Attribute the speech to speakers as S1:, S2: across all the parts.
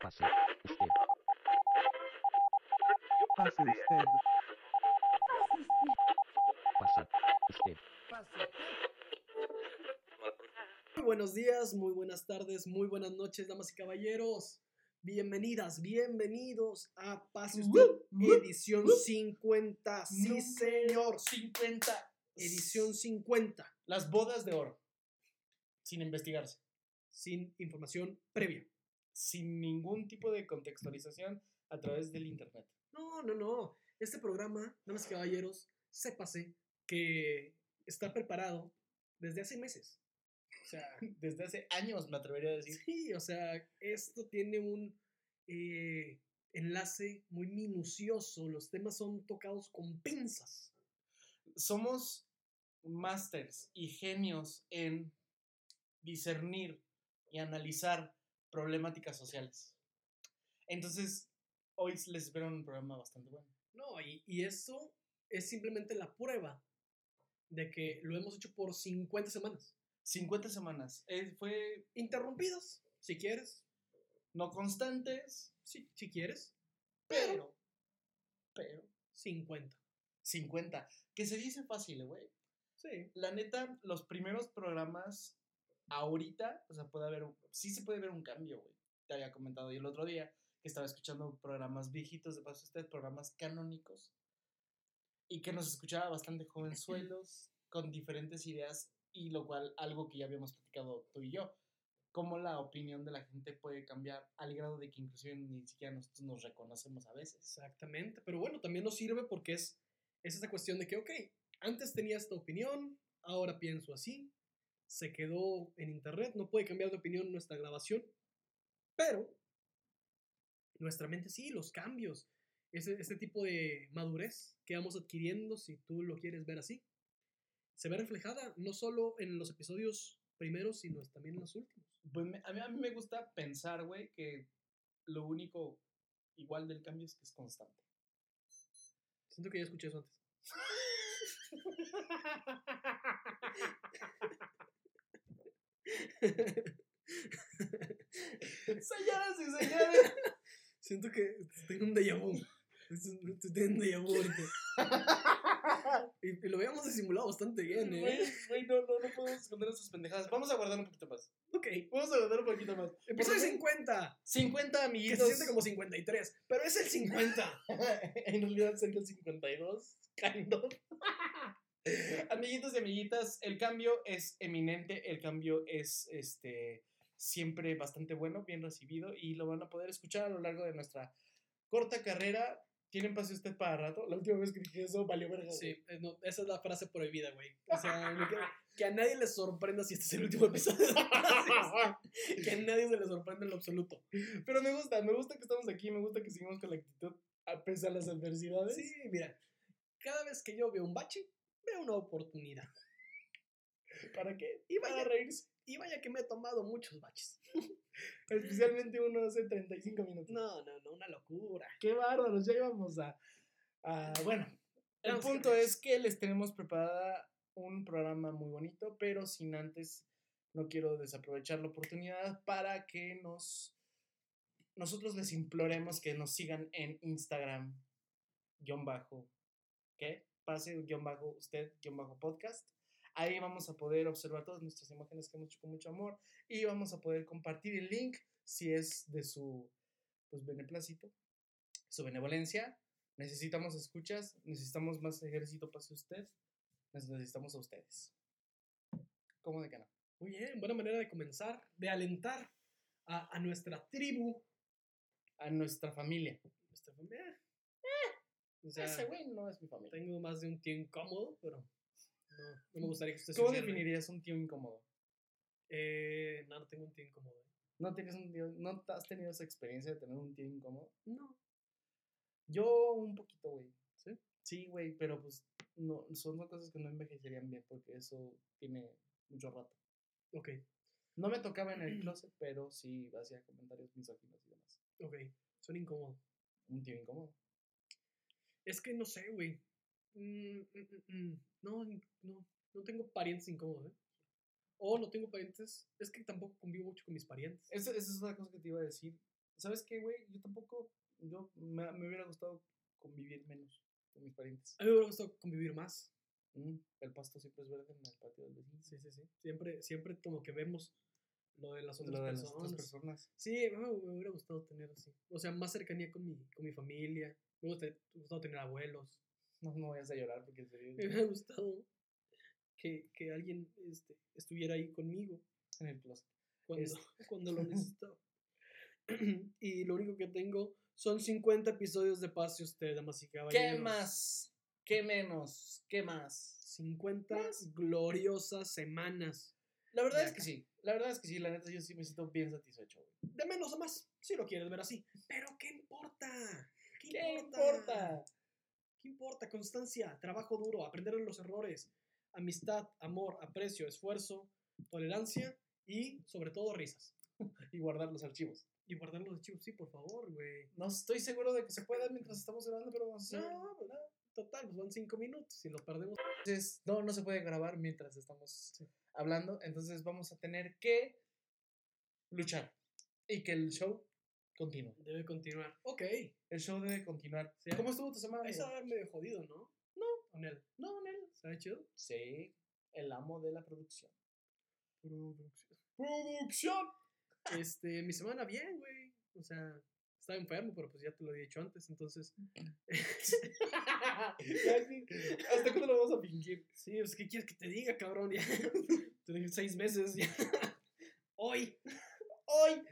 S1: Pase usted.
S2: Pase usted.
S1: Pase usted.
S3: Muy buenos días, muy buenas tardes, muy buenas noches, damas y caballeros. Bienvenidas, bienvenidos a Pase Usted, edición 50. Sí, señor.
S4: 50.
S3: Edición 50,
S4: Las bodas de oro. Sin investigarse.
S3: sin información previa.
S4: Sin ningún tipo de contextualización a través del internet.
S3: No, no, no. Este programa, damas y caballeros, sépase que está preparado desde hace meses. O sea,
S4: Desde hace años me atrevería a decir.
S3: Sí, o sea, esto tiene un eh, enlace muy minucioso. Los temas son tocados con pinzas.
S4: Somos masters y genios en discernir y analizar problemáticas sociales. Entonces, hoy les espero un programa bastante bueno.
S3: No, y, y eso es simplemente la prueba de que lo hemos hecho por 50 semanas.
S4: 50 semanas. Eh, fue
S3: Interrumpidas, si quieres,
S4: no constantes,
S3: si, si quieres,
S4: pero. Pero.
S3: 50.
S4: 50. Que se dice fácil, güey.
S3: Sí.
S4: La neta, los primeros programas ahorita, o sea, puede haber, un- sí se puede ver un cambio, güey. Te había comentado yo el otro día que estaba escuchando programas viejitos de paso ustedes, programas canónicos, y que nos escuchaba bastante jovenzuelos, con diferentes ideas, y lo cual, algo que ya habíamos platicado tú y yo, cómo la opinión de la gente puede cambiar al grado de que inclusive ni siquiera nosotros nos reconocemos a veces.
S3: Exactamente. Pero bueno, también nos sirve porque es, es esa cuestión de que, ok, antes tenía esta opinión, ahora pienso así, se quedó en internet, no puede cambiar de opinión nuestra grabación, pero nuestra mente sí, los cambios, ese, ese tipo de madurez que vamos adquiriendo, si tú lo quieres ver así, se ve reflejada no solo en los episodios primeros, sino también en los últimos.
S4: Pues me- a, mí, a mí me gusta pensar, güey, que lo único igual del cambio es que es constante.
S3: Siento que ya escuché eso antes.
S4: Señoras y señores.
S3: Siento que tengo un déjà vu. Estoy teniendo un déjà vu ahorita. Y, y lo habíamos disimulado bastante bien,
S4: Güey,
S3: ¿eh?
S4: güey, no, no, no podemos esconder esas pendejadas. Vamos a guardar un poquito más.
S3: Ok.
S4: Vamos a guardar un poquito más.
S3: Episodio 50.
S4: 50
S3: pues Que
S4: amiguitos.
S3: se siente como 53. Pero es el 50.
S4: en realidad sería el 52, kind of. Amiguitos y amiguitas, el cambio es eminente, el cambio es este siempre bastante bueno, bien recibido y lo van a poder escuchar a lo largo de nuestra corta carrera. Tienen pase usted para rato. La última vez que dije eso valió verga. güey.
S3: Sí, eh, no, esa es la frase prohibida, güey. O sea, lo que, que a nadie le sorprenda si este es el último episodio. que a nadie se le sorprenda en lo absoluto.
S4: Pero me gusta, me gusta que estamos aquí, me gusta que seguimos con la actitud a pesar de las adversidades.
S3: Sí, mira. Cada vez que yo veo un bache, veo una oportunidad.
S4: ¿Para qué?
S3: Y
S4: Para
S3: vaya,
S4: reírse.
S3: y vaya que me he tomado muchos baches.
S4: Especialmente uno hace 35 minutos.
S3: No, no, no, una locura.
S4: Qué bárbaros, ya íbamos a. a- bueno, el
S3: Vamos a
S4: punto
S3: cambiar.
S4: es que les tenemos preparada un programa muy bonito, pero sin antes, no quiero desaprovechar la oportunidad para que nos. Nosotros les imploremos que nos sigan en Instagram, guión bajo, ¿qué? Pase guión bajo usted, guión bajo podcast. Ahí vamos a poder observar todas nuestras imágenes que hemos hecho con mucho amor y vamos a poder compartir el link si es de su pues, beneplácito su benevolencia. Necesitamos escuchas, necesitamos más ejército pase usted, nos necesitamos a ustedes. ¿Cómo de que no?
S3: Muy bien, buena manera de comenzar, de alentar a, a nuestra tribu.
S4: A nuestra familia.
S3: Nuestra familia. Eh, O sea,
S4: Ese güey no es mi familia.
S3: tengo más de un tío incómodo, pero no, no me gustaría que usted se
S4: Mm, ¿Cómo
S3: hiciera-
S4: definirías un tío incómodo?
S3: Eh, no, no tengo un tío incómodo.
S4: ¿No, tienes un tío, ¿No has tenido esa experiencia de tener un tío incómodo?
S3: No.
S4: Yo un poquito, güey.
S3: ¿Sí?
S4: Sí, güey, pero pues no, son cosas que no envejecerían bien porque eso tiene mucho rato.
S3: Ok,
S4: No me tocaba en el closet, pero sí hacía comentarios misóginos y demás.
S3: eh. ok, son incómodos.
S4: Un tío incómodo.
S3: Es que no sé, güey. Mm, mm, mm, mm. No, no, no tengo parientes incómodos, ¿eh? O no tengo parientes. Es que tampoco convivo mucho con mis parientes.
S4: Eso, eso es otra cosa que te iba a decir. ¿Sabes qué, güey? Yo tampoco, yo me, me hubiera gustado convivir menos con mis parientes.
S3: A mí me hubiera gustado convivir más.
S4: Mm, el pasto siempre es verde en el patio del vecino.
S3: Sí, sí, sí. Siempre, siempre como que vemos lo de las otras
S4: Lo de las
S3: personas.
S4: otras personas.
S3: Sí, me, me hubiera gustado tener así. O sea, más cercanía con mi, con mi familia. Me hubiera te- gustado tener abuelos.
S4: No, no vayas a llorar porque en
S3: Me
S4: serio,
S3: hubiera gustado que, que alguien este, estuviera ahí conmigo
S4: en el closet.
S3: cuando,
S4: Es-
S3: cuando lo necesitaba. y lo único que tengo son 50 episodios de Paz y usted, damas y
S4: ¿Qué
S3: caballeros.
S4: más? ¿Qué menos? ¿Qué más?
S3: 50
S4: Más.
S3: gloriosas semanas.
S4: La verdad
S3: Ya.
S4: es que sí. La verdad es que sí, la neta, yo sí me siento bien satisfecho, güey.
S3: De menos a más, si lo quieres ver así. Pero ¿qué importa? ¿Qué,
S4: ¿Qué importa?
S3: ¿Qué importa? Constancia, trabajo duro, aprender de los errores, amistad, amor, aprecio, esfuerzo, tolerancia y sobre todo risas.
S4: Y guardar los archivos.
S3: Y guardar los archivos, sí, por favor, güey.
S4: No estoy seguro de que se pueda mientras estamos grabando, pero vamos a hacer.
S3: No, pues nada, total, nos van cinco minutos y los perdemos.
S4: Entonces, no, no se puede grabar mientras estamos hablando. Entonces vamos a tener que luchar y que el show continúe.
S3: Debe continuar. Ok.
S4: El show debe continuar.
S3: Sí.
S4: ¿Cómo estuvo tu semana?
S3: Eso va a
S4: amigo?
S3: haber medio jodido, ¿no? No. Con él. No, con él. ¿Sabe chido?
S4: Sí, el amo de la producción.
S3: Producción.
S4: ¡Producción!
S3: Este, mi semana bien, güey. O sea, estaba enfermo, pero pues ya te lo he dicho antes, entonces.
S4: Ya sí, ¿Hasta cuándo lo vamos a fingir?
S3: Sí, pues, ¿qué quieres que te diga, cabrón? Ya. Te dije seis meses ya. Hoy.
S4: ¡Hoy!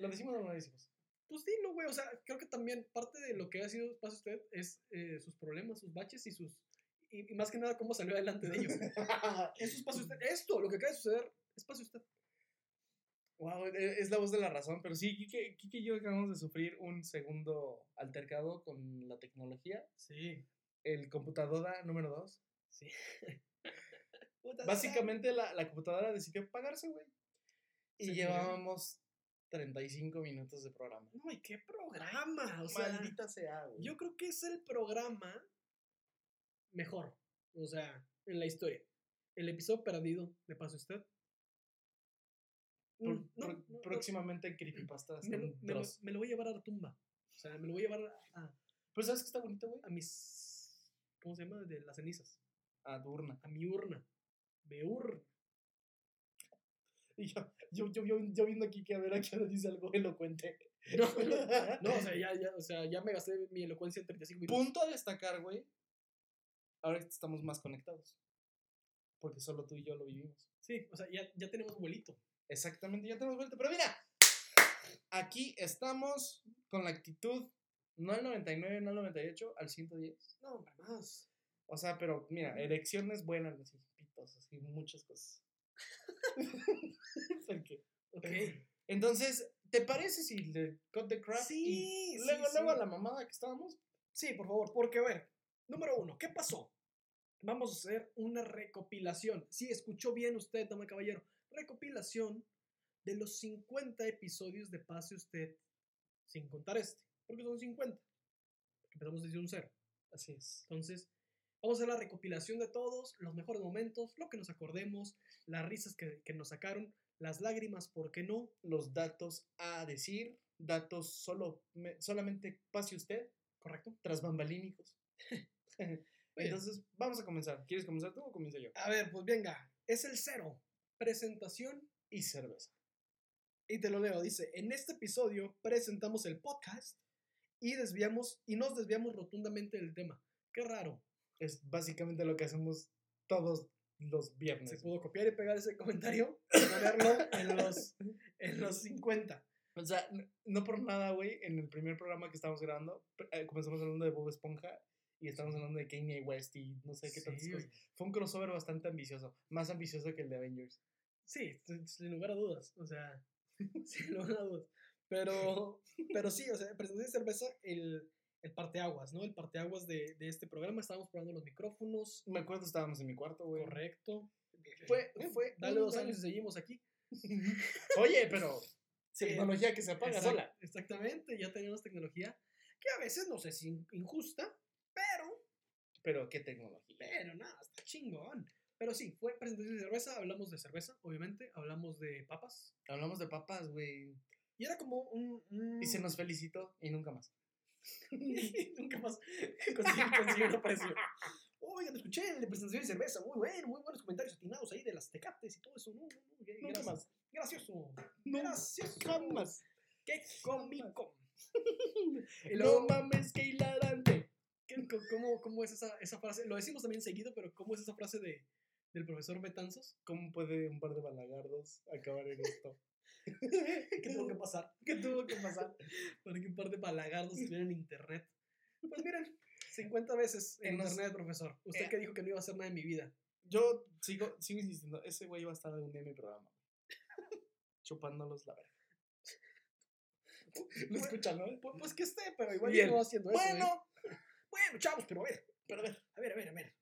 S4: ¿Lo decimos o no lo decimos?
S3: Pues dilo, güey. O sea, creo que también parte de lo que ha sido Pasa Usted es eh, sus problemas, sus baches y sus. Y, y más que nada, cómo salió adelante de ellos. Eso es Pase Usted. Esto, lo que acaba de suceder, es Pase Usted.
S4: Wow, e, es la voz de la razón, pero sí, Kike, Kike y yo acabamos de sufrir un segundo altercado con la tecnología.
S3: Sí.
S4: El computadora número 2.
S3: Básicamente.
S4: Básicamente la, la computadora decidió apagarse, güey. Y
S3: Sí,
S4: llevábamos 35 minutos de programa.
S3: No, y qué programa. O sea,
S4: Maldita sea, güey.
S3: yo creo que es el programa mejor. O sea, en la historia. El episodio perdido de Pase Usted.
S4: Pro-
S3: Mm, no,
S4: pro-
S3: no, no.
S4: próximamente en Creepypastas.
S3: me, lo-
S4: en
S3: me lo,
S4: Dross.
S3: me lo voy a llevar a la tumba. O sea, me lo voy a llevar a, a-
S4: Pero ¿sabes qué está bonito, güey?
S3: a mis. ¿Cómo se llama? De las cenizas.
S4: A tu urna.
S3: A mi urna. Mi urna.
S4: Y yo, yo, yo, yo, yo viendo aquí que a ver a qué hora dice algo elocuente.
S3: No, no, o, sea, ya, ya, o sea, ya me gasté mi elocuencia en 35 minutos.
S4: Punto a destacar, güey. Ahora que estamos más conectados. Porque solo tú y yo lo vivimos.
S3: Sí, o sea, ya, ya tenemos vuelito.
S4: Exactamente, ya tenemos vuelta. Pero mira, aquí estamos con la actitud, no al 99, no al 98, al 110.
S3: No, hombre, más.
S4: O sea, pero mira, erecciones buenas, así, pitos, así, muchas cosas. ¿Por qué?
S3: Ok.
S4: Entonces, ¿te parece si le cut the crap?
S3: Sí,
S4: y
S3: sí,
S4: luego,
S3: sí.
S4: luego a la mamada que estábamos.
S3: Sí, por favor, porque a ver. Número uno, ¿qué pasó? Vamos a hacer una recopilación. Sí, escuchó bien usted, dama y caballero. Recopilación de los 50 episodios de Pase Usted, sin contar este, porque son 50. Empezamos desde un cero.
S4: Así es.
S3: Entonces, vamos a hacer la recopilación de todos, los mejores momentos, lo que nos acordemos, las risas que, que nos sacaron, las lágrimas, ¿por qué no?
S4: Los datos a decir, datos solo, me- solamente pase usted,
S3: ¿Correcto?
S4: tras bambalínicos. Entonces, vamos a comenzar. ¿Quieres comenzar tú o comienzo yo?
S3: A ver, pues venga, es el cero. Presentación
S4: Y cerveza.
S3: Y te lo leo, dice, en este episodio presentamos el podcast y desviamos y nos desviamos rotundamente del tema. Qué raro.
S4: Es básicamente lo que hacemos todos los viernes.
S3: Se pudo copiar y pegar ese comentario y ponerlo en los, en los 50.
S4: O sea, n- no por nada, güey, en el primer programa que estábamos grabando, pr- eh, comenzamos hablando de Bob Esponja y estábamos hablando de Kanye West y no sé qué tantas
S3: Sí,
S4: cosas. Fue un crossover bastante ambicioso, más ambicioso que el de Avengers.
S3: Sí, sin- sin lugar a dudas. O sea, sin lugar a dudas. Pero, pero sí, o sea, presentación de cerveza, el, el parteaguas, ¿no? El parteaguas de, de este programa. Estábamos probando los micrófonos. Eh,
S4: Me acuerdo, estábamos en mi cuarto, güey.
S3: Correcto.
S4: Fue- fue-
S3: Dale dos años y seguimos aquí.
S4: Oye, pero
S3: Sí,
S4: tecnología que se apaga
S3: Exact-
S4: sola.
S3: Exactamente, ya tenemos tecnología que a veces no sé si in- injusta, pero,
S4: Pero qué tecnología.
S3: pero nada, está chingón. Pero sí, fue presentación de cerveza, hablamos de cerveza, obviamente, hablamos de papas.
S4: Hablamos de papas, güey.
S3: Y era como un... un-
S4: Y se nos felicitó y nunca más.
S3: Y nunca más consiguió, consiguió una aparición. Oigan, escuché el de presentación de cerveza. Muy bueno, muy buenos comentarios atinados ahí de las tecates y todo eso. No, no, no, ya-
S4: Nunca
S3: gracias.
S4: más.
S3: Gracioso.
S4: Nunca
S3: Gracioso.
S4: más.
S3: Qué cómico. Y luego,
S4: No mames, qué hilarante.
S3: ¿qué- co- ¿cómo, cómo es esa, esa frase? Lo decimos también seguido, pero ¿cómo es esa frase de, del profesor Betanzos?
S4: ¿Cómo puede un par de balagardos acabar en esto?
S3: ¿Qué tuvo que pasar?
S4: ¿Qué tuvo que pasar?
S3: Para que un par de palagardos estuvieran en internet. Pues miren, 50 veces en
S4: Que nos-
S3: internet, profesor. Usted
S4: Eh.
S3: que dijo que no iba a hacer nada en mi vida.
S4: Yo sigo, sigo insistiendo, ese güey va a estar algún día en mi programa. Chupándolos la verga. Lo escuchan, ¿no?
S3: Pues, pues que esté, pero igual
S4: Bien.
S3: yo no haciendo eso. ¿eh?
S4: Bueno,
S3: Bueno, chavos, pero a ver,
S4: pero a ver,
S3: a ver, a ver, a ver.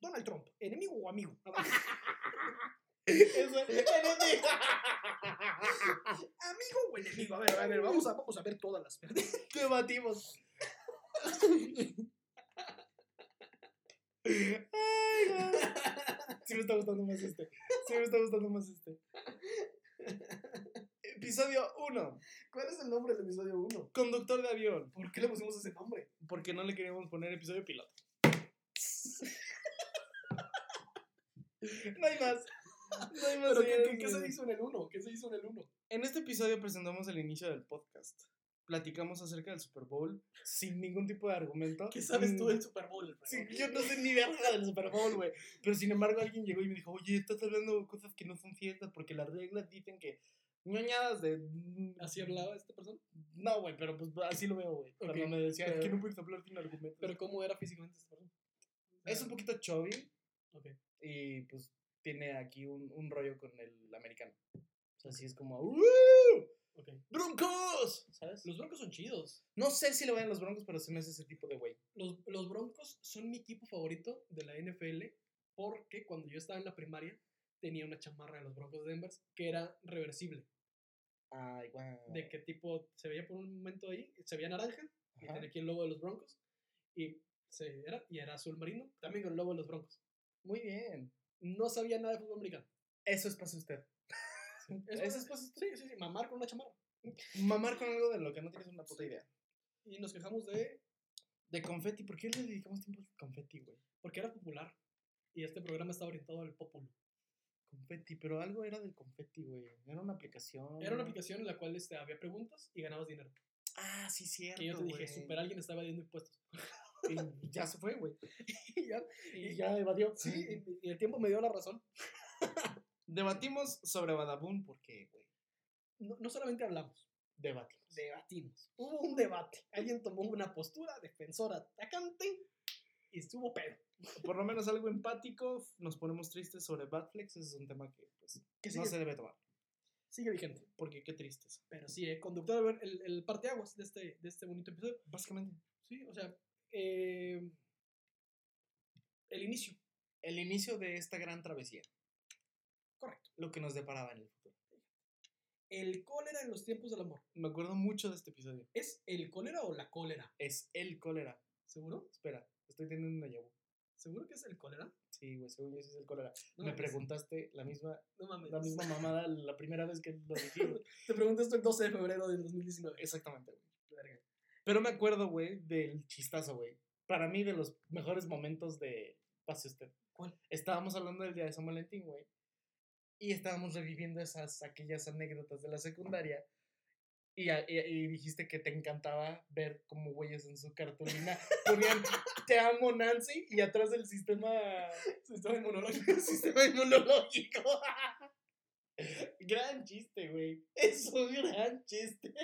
S3: Donald Trump, ¿enemigo o amigo? A ver.
S4: eso enemigo.
S3: ¿Amigo o enemigo? A ver, a ver, vamos a, vamos a ver todas las verdes.
S4: Debatimos. Ay, no. Sí me está gustando más este. Sí me está gustando más este. Episodio 1.
S3: ¿Cuál es el nombre del episodio 1?
S4: Conductor de avión.
S3: ¿Por qué le pusimos ese nombre?
S4: Porque no le queríamos poner episodio piloto. No hay más. No hay más.
S3: Pero, ¿qué,
S4: señores,
S3: qué- qué se
S4: señores.
S3: hizo en el 1? ¿Qué se hizo en el 1?
S4: En este episodio presentamos el inicio del podcast. Platicamos acerca del Super Bowl sin ningún tipo de argumento.
S3: ¿Qué sabes tú
S4: Mm,
S3: del Super Bowl? Alfredo?
S4: Sí, yo no sé ni verga del Super Bowl, güey. Pero sin embargo, alguien llegó y me dijo, oye, estás hablando cosas que no son ciertas porque las reglas dicen que ñoñadas de. mm,
S3: ¿Así hablaba esta persona?
S4: No, güey, pero pues así lo veo, güey. Cuando
S3: Ok,
S4: me decía,
S3: pero-
S4: es que no puedes hablar sin argumentos.
S3: ¿Pero cómo era físicamente esta persona? Ah.
S4: es un poquito chubby.
S3: Ok.
S4: Y pues tiene aquí un, un rollo con el americano. O sea, sí es como, ¡Uh!
S3: Ok.
S4: ¡Broncos! ¿Sabes?
S3: Los Broncos son chidos.
S4: No sé si le vayan los broncos, pero se me hace ese tipo de güey.
S3: Los, los Broncos son mi equipo favorito de la NFL porque cuando yo estaba en la primaria tenía una chamarra de los Broncos de Denver que era reversible.
S4: Ay, guau.
S3: de que tipo se veía por un momento ahí, se veía naranja y
S4: Ajá.
S3: tenía aquí el logo de los Broncos y se era y era azul marino, también con el logo de los Broncos.
S4: Muy bien.
S3: No sabía nada de fútbol americano.
S4: Eso es para usted.
S3: Eso,
S4: Eso
S3: es pues, sí, sí, sí, mamar con una chamarra.
S4: Mamar con algo de lo que no tienes una puta idea.
S3: Y nos quejamos de
S4: De confeti, ¿por qué le dedicamos tiempo al confeti, güey?
S3: porque era popular y este programa estaba orientado al populo.
S4: Confeti, pero algo era del confeti, güey. Era una aplicación.
S3: Era una aplicación en la cual este, había preguntas y ganabas dinero.
S4: Ah, sí, cierto.
S3: Que yo te dije,
S4: güey.
S3: super alguien estaba vendiendo impuestos.
S4: Y ya se fue, güey.
S3: y ya,
S4: Y ya evadió.
S3: sí, y- y el tiempo me dio la razón.
S4: Debatimos sobre Badabun porque, güey,
S3: No, no solamente hablamos,
S4: debatimos.
S3: debatimos. Hubo un debate. Alguien tomó una postura defensora atacante y estuvo pedo.
S4: Por lo menos algo empático, nos ponemos tristes sobre Batflex, ese es un tema que pues,
S3: Que
S4: no
S3: sigue,
S4: se debe tomar.
S3: sigue vigente.
S4: Porque qué tristes.
S3: Pero sí, eh, conductor, a ver, el, el parteaguas de este, de este bonito episodio.
S4: Básicamente.
S3: Sí, o sea, eh, el inicio.
S4: El inicio de esta gran travesía.
S3: Correcto.
S4: Lo que nos deparaba en el futuro.
S3: El cólera en los tiempos del amor.
S4: Me acuerdo mucho de este episodio.
S3: ¿Es el cólera o la cólera?
S4: Es el cólera.
S3: ¿Seguro?
S4: Espera, estoy teniendo un déjà vu.
S3: ¿Seguro que es el cólera?
S4: Sí, güey, según yo sí es el cólera.
S3: No
S4: Me
S3: mames,
S4: preguntaste la misma,
S3: No mames.
S4: la misma mamada la primera vez que lo dije. güey.
S3: Te pregunté esto el 12 de febrero del 2019.
S4: Exactamente, güey.
S3: Verga.
S4: Pero me acuerdo, güey, del chistazo, güey. Para mí, de los mejores momentos de Pase Usted.
S3: ¿Cuál?
S4: Estábamos hablando del día de San Valentín, güey. Y estábamos reviviendo esas, aquellas anécdotas de la secundaria. Y, a- y- y dijiste que te encantaba ver cómo güeyes en su cartulina ponían Te amo Nancy y atrás el sistema,
S3: Sistema inmunológico.
S4: el sistema inmunológico. gran chiste, güey. Es un gran chiste.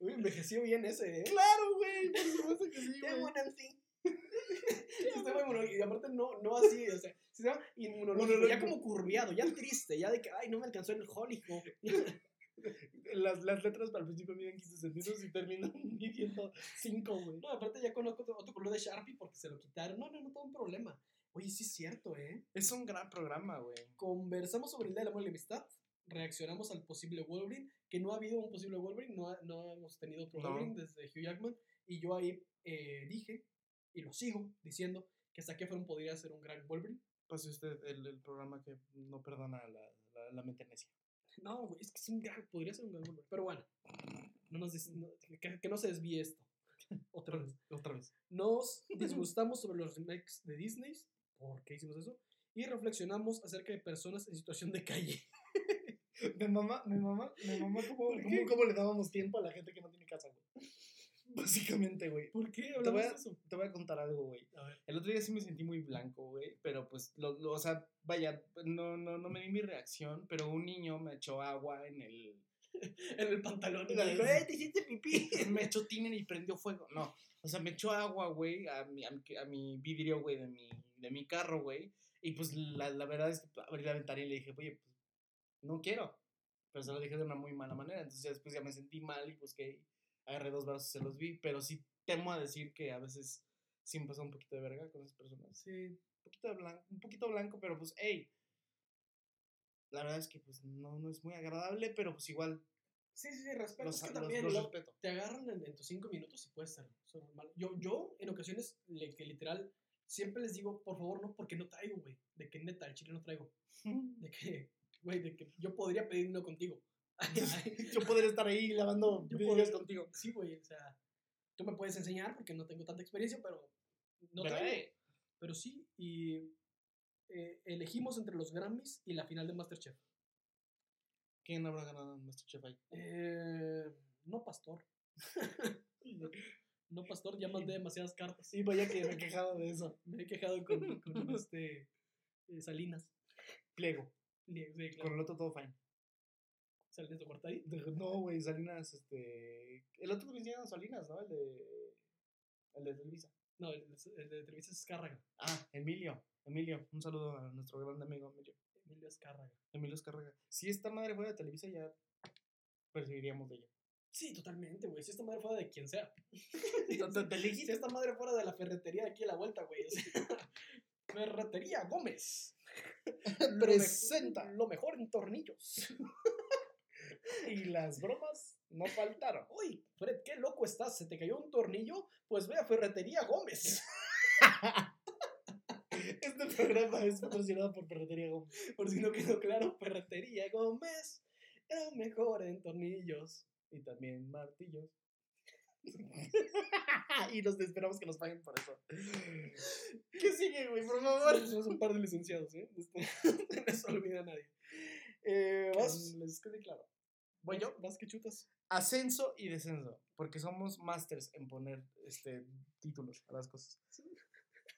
S3: Uy, envejeció bien ese, ¿eh?
S4: Claro, güey. Por supuesto que sí,
S3: Sistema
S4: güey.
S3: Nancy. Sistema inmunológico. Este Y aparte no, no así, o sea, sistema inmunológico. Ya
S4: Inmunológico.
S3: como curviado, ya triste, ya de que, ay, no me alcanzó el jólico.
S4: Las, las letras al principio miden 15 centímetros y terminan midiendo 5, güey.
S3: No, aparte ya conozco otro, otro color de Sharpie porque se lo quitaron. No, no, no, todo un problema. Oye, sí es cierto, ¿eh?
S4: Es un gran programa, güey.
S3: Conversamos sobre el Día del Amor y la Amistad. Reaccionamos al posible Wolverine, que no ha habido un posible Wolverine, no, ha- no hemos tenido otro
S4: No.
S3: Wolverine desde Hugh Jackman. Y yo ahí eh, dije, y lo sigo diciendo,
S4: pues,
S3: que Zac Efron podría ser un gran Wolverine.
S4: Pase usted el, el programa que no perdona la, la la, la mente necia.
S3: No, güey, es que es un gran, podría ser un gran nombre. Pero bueno, no nos des- no- que, que no se desvíe esto. Otra vez.
S4: Otra vez.
S3: Nos disgustamos sobre los remakes de Disney, ¿por qué hicimos eso? Y reflexionamos acerca de personas en situación de calle.
S4: Mi mamá, mi mamá, mi mamá, ¿cómo,
S3: ¿Por
S4: cómo,
S3: qué?
S4: cómo le dábamos tiempo a la gente que no tiene casa, güey? Básicamente, güey.
S3: ¿Por qué
S4: Te voy
S3: hablamos
S4: a-
S3: de eso?
S4: Te voy a contar algo, güey.
S3: A ver.
S4: El otro día sí me sentí muy blanco, güey, pero pues, lo, lo- o sea, vaya, no, no, no me di mi reacción, pero un niño me echó agua en el...
S3: En el pantalón.
S4: Mira,
S3: güey.
S4: güey,
S3: te hiciste pipí!
S4: Me echó tiner y prendió fuego. No, o sea, me echó agua, güey, a mi, a, mi, a mi vidrio, güey, de mi, de mi carro, güey. Y pues la, la verdad es que pues, abrí la ventana y le dije, oye, pues, no quiero. Pero se lo dije de una muy mala manera. Entonces ya después ya me sentí mal y busqué, agarré dos brazos y se los vi. Pero sí temo a decir que a veces sí me pasa un poquito de verga con esas personas.
S3: Sí,
S4: un poquito de blanco, un poquito blanco, pero pues, hey. La verdad es que pues no, no es muy agradable, pero pues igual
S3: sí, sí, sí, respeto.
S4: los,
S3: es que
S4: los-
S3: también
S4: los
S3: lo-
S4: respeto.
S3: te agarran en, en tus cinco minutos y puedes ser, ser normal. Yo, yo, en ocasiones, le- que literal, siempre les digo, por favor, no, porque no traigo, güey. De que neta, el chile no traigo. De que, güey, de que yo podría pedir uno contigo.
S4: Yo podría estar ahí lavando
S3: Yo
S4: vidrios
S3: podría-
S4: contigo.
S3: sí, güey, o sea, tú me puedes enseñar porque no tengo tanta experiencia, pero no
S4: Pero,
S3: traigo.
S4: hey,
S3: Pero sí, y eh, elegimos entre los Grammys y la final de Masterchef.
S4: ¿Quién habrá ganado en Masterchef ahí?
S3: Eh, no, Pastor. no, Pastor, ya mandé demasiadas cartas.
S4: Sí, vaya que me he quejado de eso.
S3: Me he quejado con, con este eh, Salinas.
S4: Pliego.
S3: Ni- Sí,
S4: Con
S3: claro.
S4: el otro todo fine.
S3: Salinas de Gortari.
S4: De- No, güey, Salinas, este. El otro que le hicieron a Salinas, ¿no? El de. El de Televisa.
S3: No, el, el de Televisa es Escárraga.
S4: Ah, Emilio. Emilio, un saludo a nuestro gran amigo Emilio.
S3: Emilio Escárraga.
S4: Emilio Escarraga. Si esta madre fuera de Televisa, ya percibiríamos de ella.
S3: Sí, totalmente, güey. Si esta madre fuera de quien sea.
S4: Tanto te
S3: si esta madre fuera de la ferretería de aquí a la vuelta, güey. o sea, ferretería Gómez.
S4: Presenta.
S3: Lo mejor en tornillos.
S4: Y las bromas no faltaron.
S3: Uy, Fred, qué loco estás. ¿Se te cayó un tornillo? Pues ve a Ferretería Gómez.
S4: Este programa es patrocinado por Perretería Gómez.
S3: Por si no quedó claro, Ferretería Gómez era lo mejor en tornillos.
S4: Y también martillos.
S3: Ah,
S4: y nos esperamos que nos paguen por eso.
S3: ¿Qué sigue, güey? Por favor. Somos un par de licenciados, ¿eh? Este, no se olvida a nadie. Eh, ¿Vas?
S4: Les quede claro.
S3: ¿Voy yo? ¿Vas que chutas?
S4: Ascenso y descenso. Porque somos masters en poner este, títulos a las cosas.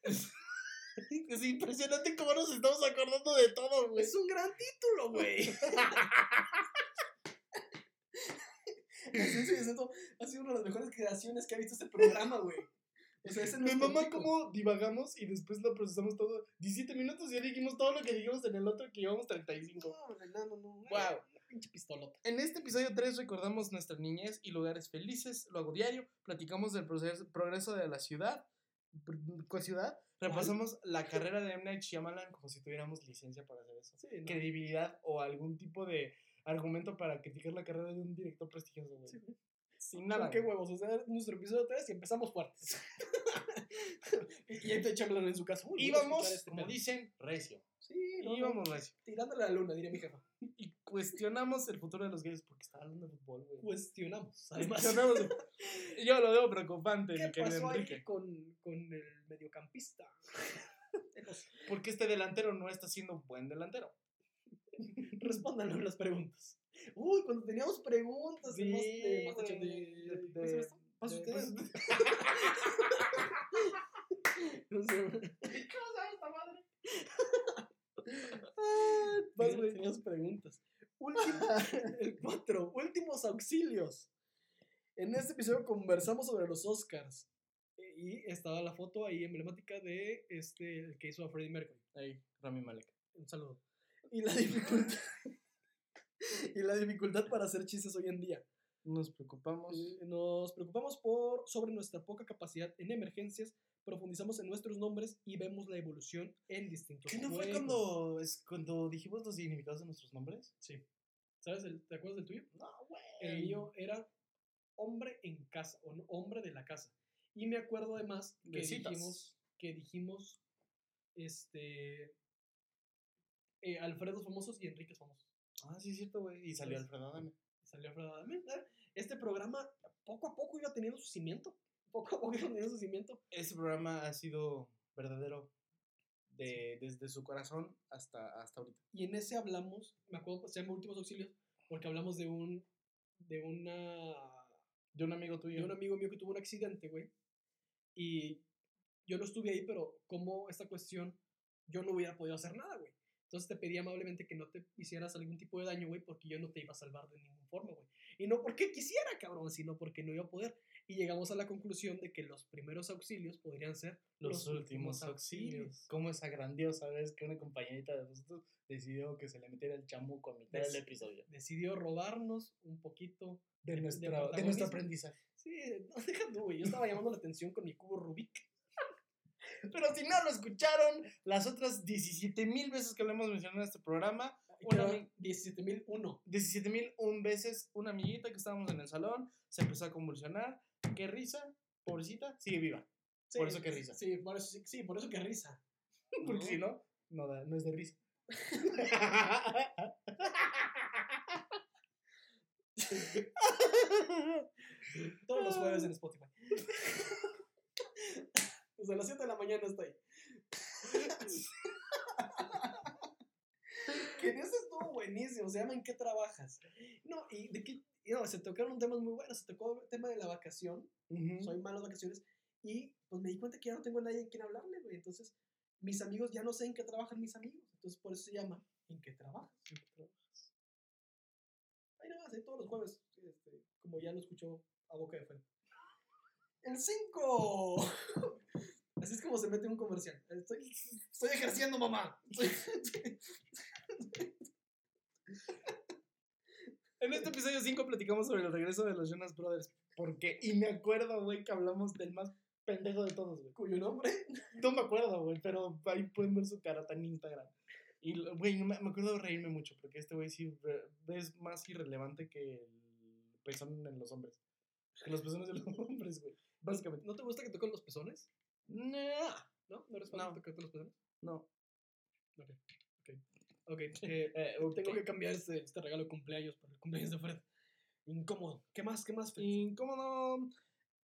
S4: es impresionante cómo nos estamos acordando de todo, güey.
S3: Es un gran título, güey. Ascenso y Descenso ha sido una de las mejores creaciones que ha visto este programa, güey. O sea, ese no
S4: Mi
S3: es
S4: mamá,
S3: tópico.
S4: cómo divagamos y después lo procesamos todo. 17 minutos y ya dijimos todo lo que dijimos en el otro que llevamos 35.
S3: No, no, no, no.
S4: Guau.
S3: Eh, Pinche pistolota.
S4: En este episodio 3 recordamos nuestra niñez y lugares felices, lo hago diario, platicamos del proces- progreso de la ciudad, pr- ¿cuál ciudad? Repasamos la carrera de M. Night Shyamalan como si tuviéramos licencia para hacer eso.
S3: Sí, no.
S4: Credibilidad o algún tipo de argumento para criticar la carrera de un director prestigioso, güey.
S3: Sí, güey.
S4: Sin nada.
S3: qué
S4: güey.
S3: huevos, o sea, es nuestro episodio 3 y empezamos fuertes. y ahí te Chamberlain en su casa. Uy, voy a
S4: Íbamos,
S3: escuchar este
S4: como
S3: pedo.
S4: dicen, recio.
S3: Sí, no, no,
S4: Íbamos recio.
S3: Tirándole a la luna, diría mi jefa.
S4: Y cuestionamos el futuro de los gays porque estaba hablando de fútbol, güey.
S3: Cuestionamos, además.
S4: Cuestionamos el- Yo lo veo preocupante,
S3: ¿Qué
S4: mi querido
S3: pasó
S4: Enrique.
S3: ahí con, con el mediocampista?
S4: Porque este delantero no está siendo buen delantero.
S3: Respóndanos las preguntas. Uy, cuando teníamos preguntas de
S4: Sí,
S3: más- de este más
S4: güey,
S3: de-
S4: de-
S3: ¿cómo se llama esto? ¿Más
S4: de-
S3: ustedes? No sé.
S4: Vas,
S3: Mira,
S4: güey.
S3: tenías preguntas. Última- el 4. Últimos auxilios. En este episodio conversamos sobre los Oscars. Eh, Y estaba la foto ahí emblemática de este el que hizo a Freddie Mercury.
S4: Ahí, Rami Malek.
S3: Un saludo. Y la dificultad. y la dificultad para hacer chistes hoy en día.
S4: Nos preocupamos.
S3: Eh, Nos preocupamos por sobre nuestra poca capacidad en emergencias, profundizamos en nuestros nombres y vemos la evolución en distintos
S4: ¿Qué no fue
S3: juegos.
S4: cuando, es cuando dijimos los significados de nuestros nombres?
S3: Sí. ¿Sabes? el- ¿Te acuerdas del tuyo?
S4: No, güey.
S3: El mío era hombre en casa, o no, hombre de la casa. Y me acuerdo además que
S4: De citas.
S3: dijimos, que dijimos, este, eh, Alfredos famosos y Enriques famosos.
S4: Ah, sí, es cierto, güey. Y salió
S3: Pues-
S4: Alfredo Adame.
S3: Salió Alfredo Adame. ¿eh? Este programa poco a poco iba teniendo su cimiento. Poco a poco iba teniendo su cimiento.
S4: Este programa ha sido verdadero de, desde su corazón hasta, hasta ahorita.
S3: Y en ese hablamos, me acuerdo, se llama Últimos Auxilios, porque hablamos de un, de una,
S4: De un amigo tuyo.
S3: de un amigo mío que tuvo un accidente, güey. Y yo no estuve ahí, pero como esta cuestión, yo no hubiera podido hacer nada, güey. Entonces te pedí amablemente que no te hicieras algún tipo de daño, güey, porque yo no te iba a salvar de ninguna forma, güey. Y no porque quisiera, cabrón, sino porque no iba a poder. Y llegamos a la conclusión de que los primeros auxilios podrían ser
S4: los, últimos auxilios. Como esa grandiosa vez que una compañerita de nosotros decidió que se le metiera el chamuco a mitad
S3: Des-
S4: del episodio.
S3: Decidió robarnos un poquito
S4: De,
S3: nuestra- de
S4: nuestro, de
S3: protagonismo.
S4: nuestro aprendizaje.
S3: Sí, no, deja tú, güey. Yo estaba llamando la atención con mi cubo Rubik.
S4: Pero si no lo escucharon, las otras 17 mil veces que lo hemos mencionado en este programa,
S3: Una
S4: Creo-
S3: 17001.
S4: 17 mil un veces, una amiguita que estábamos en el salón, se empezó a convulsionar. Qué risa, pobrecita, sigue viva.
S3: Sí,
S4: Por eso que risa.
S3: Sí, por eso, sí, por eso que risa.
S4: Porque
S3: Ujú.
S4: si no, no, da- no es de risa.
S3: Todos
S4: Ah.
S3: los jueves en Spotify. Desde las 7 de la mañana hasta ahí. que en eso estuvo buenísimo. Se llama ¿En qué trabajas? No, y de qué. y No, se tocaron temas muy buenos. Se tocó el tema de la vacación.
S4: Ujú.
S3: soy malo en vacaciones y pues me di cuenta que ya no tengo a nadie en quien hablarle, güey. Entonces, mis amigos ya no sé en qué trabajan mis amigos. Entonces, por eso se llama ¿En qué trabajas? ¿En qué trabajas? Ahí nada más, ahí todos los jueves, este, como ya lo escuchó a boca de fuego. ¡El 5! Así es como se mete un comercial. Estoy, estoy ejerciendo, mamá. Estoy-
S4: En este episodio 5 platicamos sobre el regreso de los Jonas Brothers. Porque, y me acuerdo, güey, que hablamos del más pendejo de todos, güey.
S3: cuyo nombre
S4: No me acuerdo, güey, pero ahí pueden ver su cara tan en Instagram. Y, lo- güey, no me, me acuerdo de reírme mucho, porque este güey sí re- es más irrelevante que el pezón en los hombres. Que los pezones de los hombres, güey. Básicamente.
S3: ¿No te gusta que toquen los pezones?
S4: No,
S3: ¿No? ¿No eres fan
S4: No.
S3: de tocarte los pezones?
S4: no.
S3: Ok, eh,
S4: Eh,
S3: Tengo que cambiar este, este regalo de cumpleaños por el cumpleaños de Fred. Incómodo. ¿Qué más? ¿Qué más, Fred?
S4: Incómodo.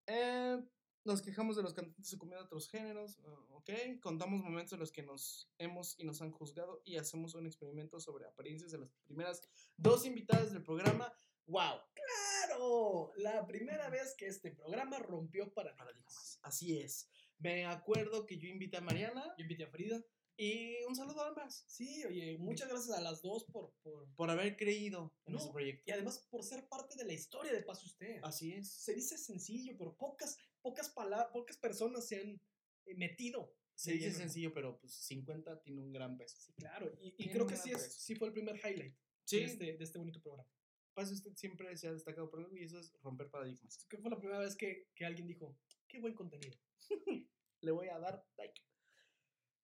S4: Eh, nos quejamos de los cantantes sucumbiendo a otros géneros. ah, ok. Contamos momentos en los que nos hemos y nos han juzgado y hacemos un experimento sobre apariencias de las primeras dos invitadas del programa. ¡Wow!
S3: ¡Claro! La primera vez que este programa rompió paradigmas.
S4: Así es. Me acuerdo que yo invité a Mariana
S3: Yo invité a Frida.
S4: y un saludo a ambas
S3: Sí, oye, muchas gracias a las dos por... por...
S4: por haber creído en
S3: No.
S4: este proyecto.
S3: Y además por ser parte de la historia de Pase Usted.
S4: Así es.
S3: Se dice sencillo, pero pocas, pocas, pala- pocas personas se han eh, metido.
S4: Se
S3: de
S4: dice
S3: lleno.
S4: sencillo, pero pues 50 tiene un gran peso.
S3: Sí, claro. Y, y
S4: Tiene
S3: creo
S4: un
S3: que
S4: gran
S3: sí, es,
S4: peso.
S3: sí fue el primer highlight de, este, de este bonito programa.
S4: Pase usted pues, este siempre se ha destacado por algo y eso es romper paradigmas.
S3: Que fue la primera vez que, que alguien dijo, qué buen contenido.
S4: Le voy a dar like.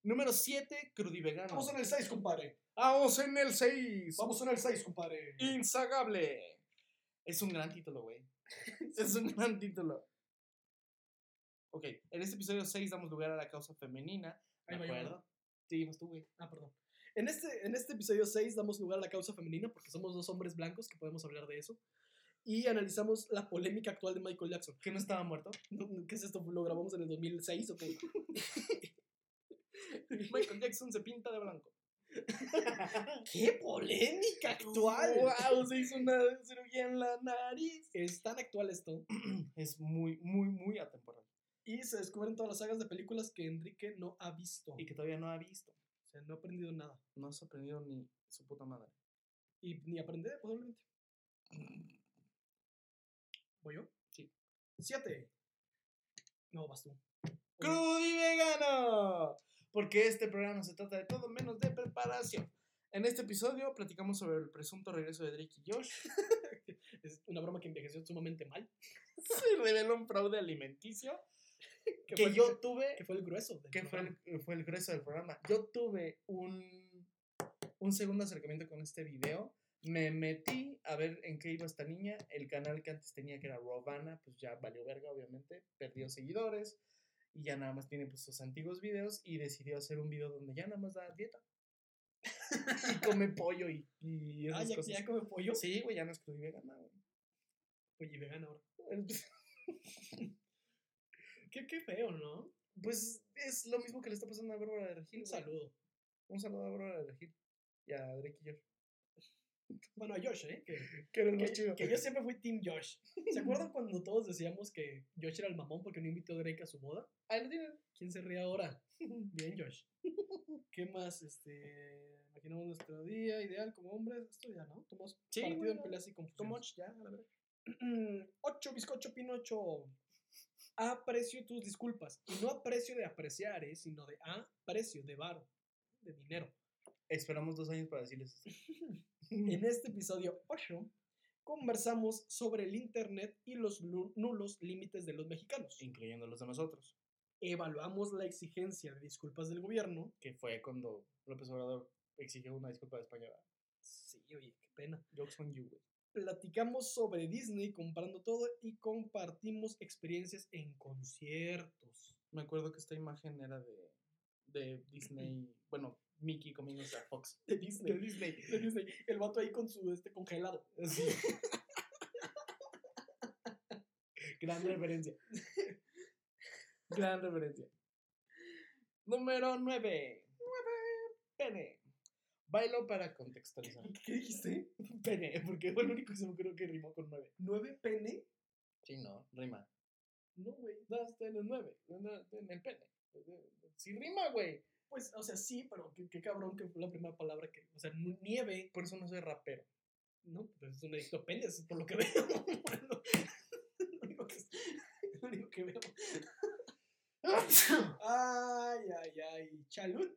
S4: Número 7, crudivegano.
S3: Estamos en el 6, compadre.
S4: Vamos en el 6.
S3: Vamos en el 6, compadre.
S4: Insagable. Es un gran título, güey. es un gran título. Ok, en este episodio 6 damos lugar a la causa femenina. ¿De
S3: Ahí va yo,
S4: acuerdo? Sí, vas tú, güey.
S3: Ah, perdón. En este, en este episodio 6 damos lugar a la causa femenina porque somos dos hombres blancos que podemos hablar de eso. Y analizamos la polémica actual de Michael Jackson.
S4: ¿Que no estaba muerto?
S3: No, no, ¿Qué es esto? ¿Lo grabamos en el 2006 o qué?
S4: Michael Jackson se pinta de blanco.
S3: ¡Qué polémica
S4: ¡Wow! Se hizo una cirugía en la nariz.
S3: Es tan actual esto.
S4: Es muy, muy, muy atemporal.
S3: Y se descubren todas las sagas de películas que Enrique no ha visto.
S4: Y que todavía no ha visto.
S3: O sea, no ha aprendido nada.
S4: No has aprendido ni su puta madre. Mm.
S3: Y ni aprender, probablemente. ¿Voy yo?
S4: Sí.
S3: 7. No, vas tú.
S4: crudo y vegano. Porque este programa se trata de todo menos de preparación. En este episodio platicamos sobre el presunto regreso de Drake y Josh.
S3: Es una broma que envejeció sumamente mal.
S4: Se reveló un fraude alimenticio
S3: Que,
S4: que
S3: fue,
S4: yo tuve,
S3: que fue el grueso. del
S4: que fue
S3: programa.
S4: el, eh, fue el grueso del programa. Yo tuve un, un segundo acercamiento con este video. Me metí a ver en qué iba esta niña. El canal que antes tenía, que era Robana, pues ya valió verga, obviamente. Perdió seguidores. Y ya nada más tiene pues, sus antiguos videos. Y decidió hacer un video donde ya nada más da dieta. y come pollo y, y
S3: Ah,
S4: esas
S3: ya,
S4: cosas.
S3: ya come pollo.
S4: Sí, güey, ya no es crudo y vegana, güey.
S3: Oye, vegana ahora. Qué, qué feo, ¿no?
S4: Pues es lo mismo que le está pasando a Bárbara de Regil.
S3: Un
S4: güey.
S3: saludo.
S4: Un saludo a Bárbara de Regil. Y a Drake y Josh.
S3: Bueno, a Josh, ¿eh? Que,
S4: Que era el más
S3: que,
S4: chido.
S3: que yo siempre fui Team Josh. ¿Se acuerdan cuando todos decíamos que Josh era el mamón porque no invitó a Drake a su boda?
S4: Ahí lo tienen.
S3: ¿Quién se ríe ahora? Bien, Josh. ¿Qué más? Este, imaginamos nuestro día ideal como hombres. Esto ya, ¿no? Tomamos
S4: Sí,
S3: partido
S4: güey,
S3: en
S4: no.
S3: peleas y confusiones.
S4: Too much, ya, a la verdad.
S3: Ocho, bizcocho, pinocho. Aprecio tus disculpas. Y no aprecio de apreciar, ¿eh? sino de aprecio, de varo, de dinero.
S4: Esperamos dos años para decirles eso.
S3: En este episodio 8 conversamos sobre el Internet y los lu- nulos límites de los mexicanos.
S4: Incluyendo los de nosotros.
S3: Evaluamos la exigencia de disculpas del gobierno.
S4: Que fue cuando López Obrador exigió una disculpa de España. ¿verdad?
S3: Sí, oye, qué pena.
S4: Jokes on you, güey.
S3: Platicamos sobre Disney comprando todo y compartimos experiencias en conciertos.
S4: Me acuerdo que esta imagen era de, de Disney. bueno, Mickey comiéndose a Fox.
S3: De Disney.
S4: De Disney.
S3: De Disney. El vato ahí con su este congelado.
S4: Sí. Gran referencia. Gran referencia. Número 9. 9. Pene. Bailo para contextualizar.
S3: ¿Qué dijiste?
S4: Pene, porque fue el único que se me ocurrió que rimó con 9.
S3: ¿Nueve pene?
S4: Sí, no, rima.
S3: No, güey.
S4: Dos de los 9. En el pene. Sí, rima, güey.
S3: Pues, o sea, sí, pero qué, qué cabrón que fue la primera palabra que. O sea, nu- nieve.
S4: Por eso no soy rapero.
S3: No, pues es un adicto a penes, por lo que veo. Bueno, lo único que, lo único que veo. Ay, ay, ay. Chalut.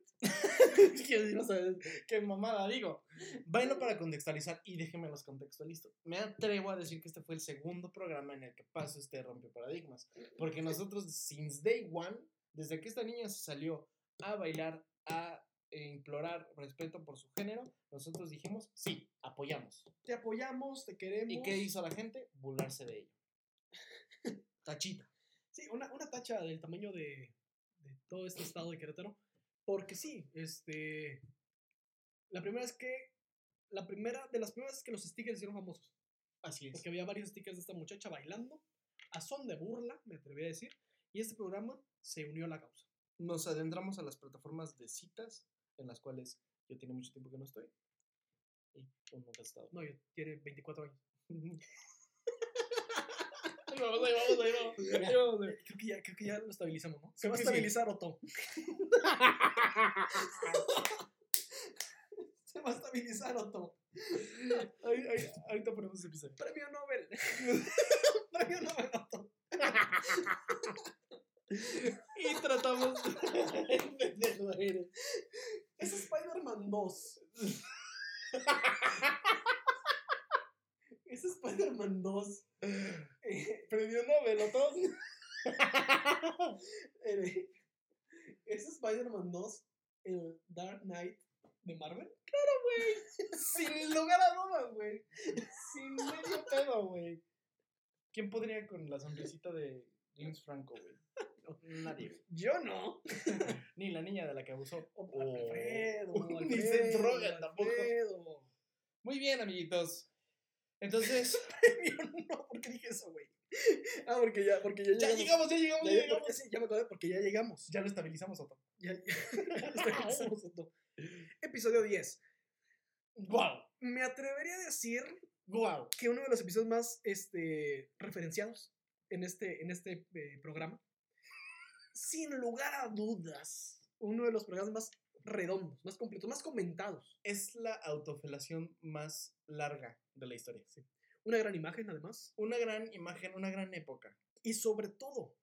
S4: que no sabes qué mamada digo. Bailo para contextualizar y déjenme los contextualizo. Me atrevo a decir que este fue el segundo programa en el que paso este rompe paradigmas. Porque nosotros, since day one, desde que esta niña se salió a bailar, a eh, implorar respeto por su género, nosotros dijimos, sí, apoyamos.
S3: Te apoyamos, te queremos.
S4: ¿Y qué hizo la gente? Burlarse de ello. Tachita.
S3: Sí, una, una tacha del tamaño de, de todo este estado de Querétaro. Porque sí, este. La primera es que. La primera, de las primeras es que los stickers hicieron famosos.
S4: Así es.
S3: Porque había varios stickers de esta muchacha bailando, a son de burla, me atreví a decir. Y este programa se unió a la causa.
S4: nos adentramos a las plataformas de citas en las cuales yo tiene mucho tiempo que no estoy y uno nunca he estado.
S3: No, yo tiene 24 años.
S4: vamos ahí, vamos ahí, vamos.
S3: Ahí
S4: vamos
S3: Pues Creo que ya, creo que ya lo estabilizamos, ¿no? Se
S4: Creo
S3: va a
S4: que sí.
S3: estabilizar Otto. Se va a estabilizar Otto.
S4: ahorita ponemos ese episodio.
S3: Premio Nobel. Premio Nobel Otto.
S4: Y tratamos de
S3: Es Spider-Man 2. es Spider-Man 2. Eh,
S4: Premio Nobel, ¿o todo?
S3: Eh, ¿Es Spider-Man 2 el Dark Knight de Marvel?
S4: Sin lugar a dudas, güey. Sin medio pedo, güey. ¿Quién podría con la sonrisita de James Franco, güey? Nadie.
S3: Yo no.
S4: Ni la niña de la que abusó.
S3: Alfredo,
S4: Oh, ni
S3: Alfredo,
S4: se drogan tampoco.
S3: Alfredo.
S4: Muy bien, amiguitos. Entonces,
S3: Yo no, ¿por qué dije eso, güey? Ah, porque ya, porque ya
S4: ya
S3: llegamos.
S4: llegamos, ya llegamos,
S3: Ya,
S4: ya,
S3: llegamos.
S4: llegamos.
S3: Sí, ya me acordé porque ya llegamos.
S4: Ya lo estabilizamos, Otto. Este
S3: Ya, ya estamos juntos. Episodio 10.
S4: ¡Guau!
S3: Me atrevería a decir
S4: ¡Guau!
S3: que uno de los episodios más este, referenciados en este, en este eh, programa, sin lugar a dudas, uno de los programas más redondos, más completos, más comentados.
S4: Es la autofelación más larga de la historia.
S3: Una gran imagen, además.
S4: Una gran imagen, una gran época.
S3: Y sobre todo,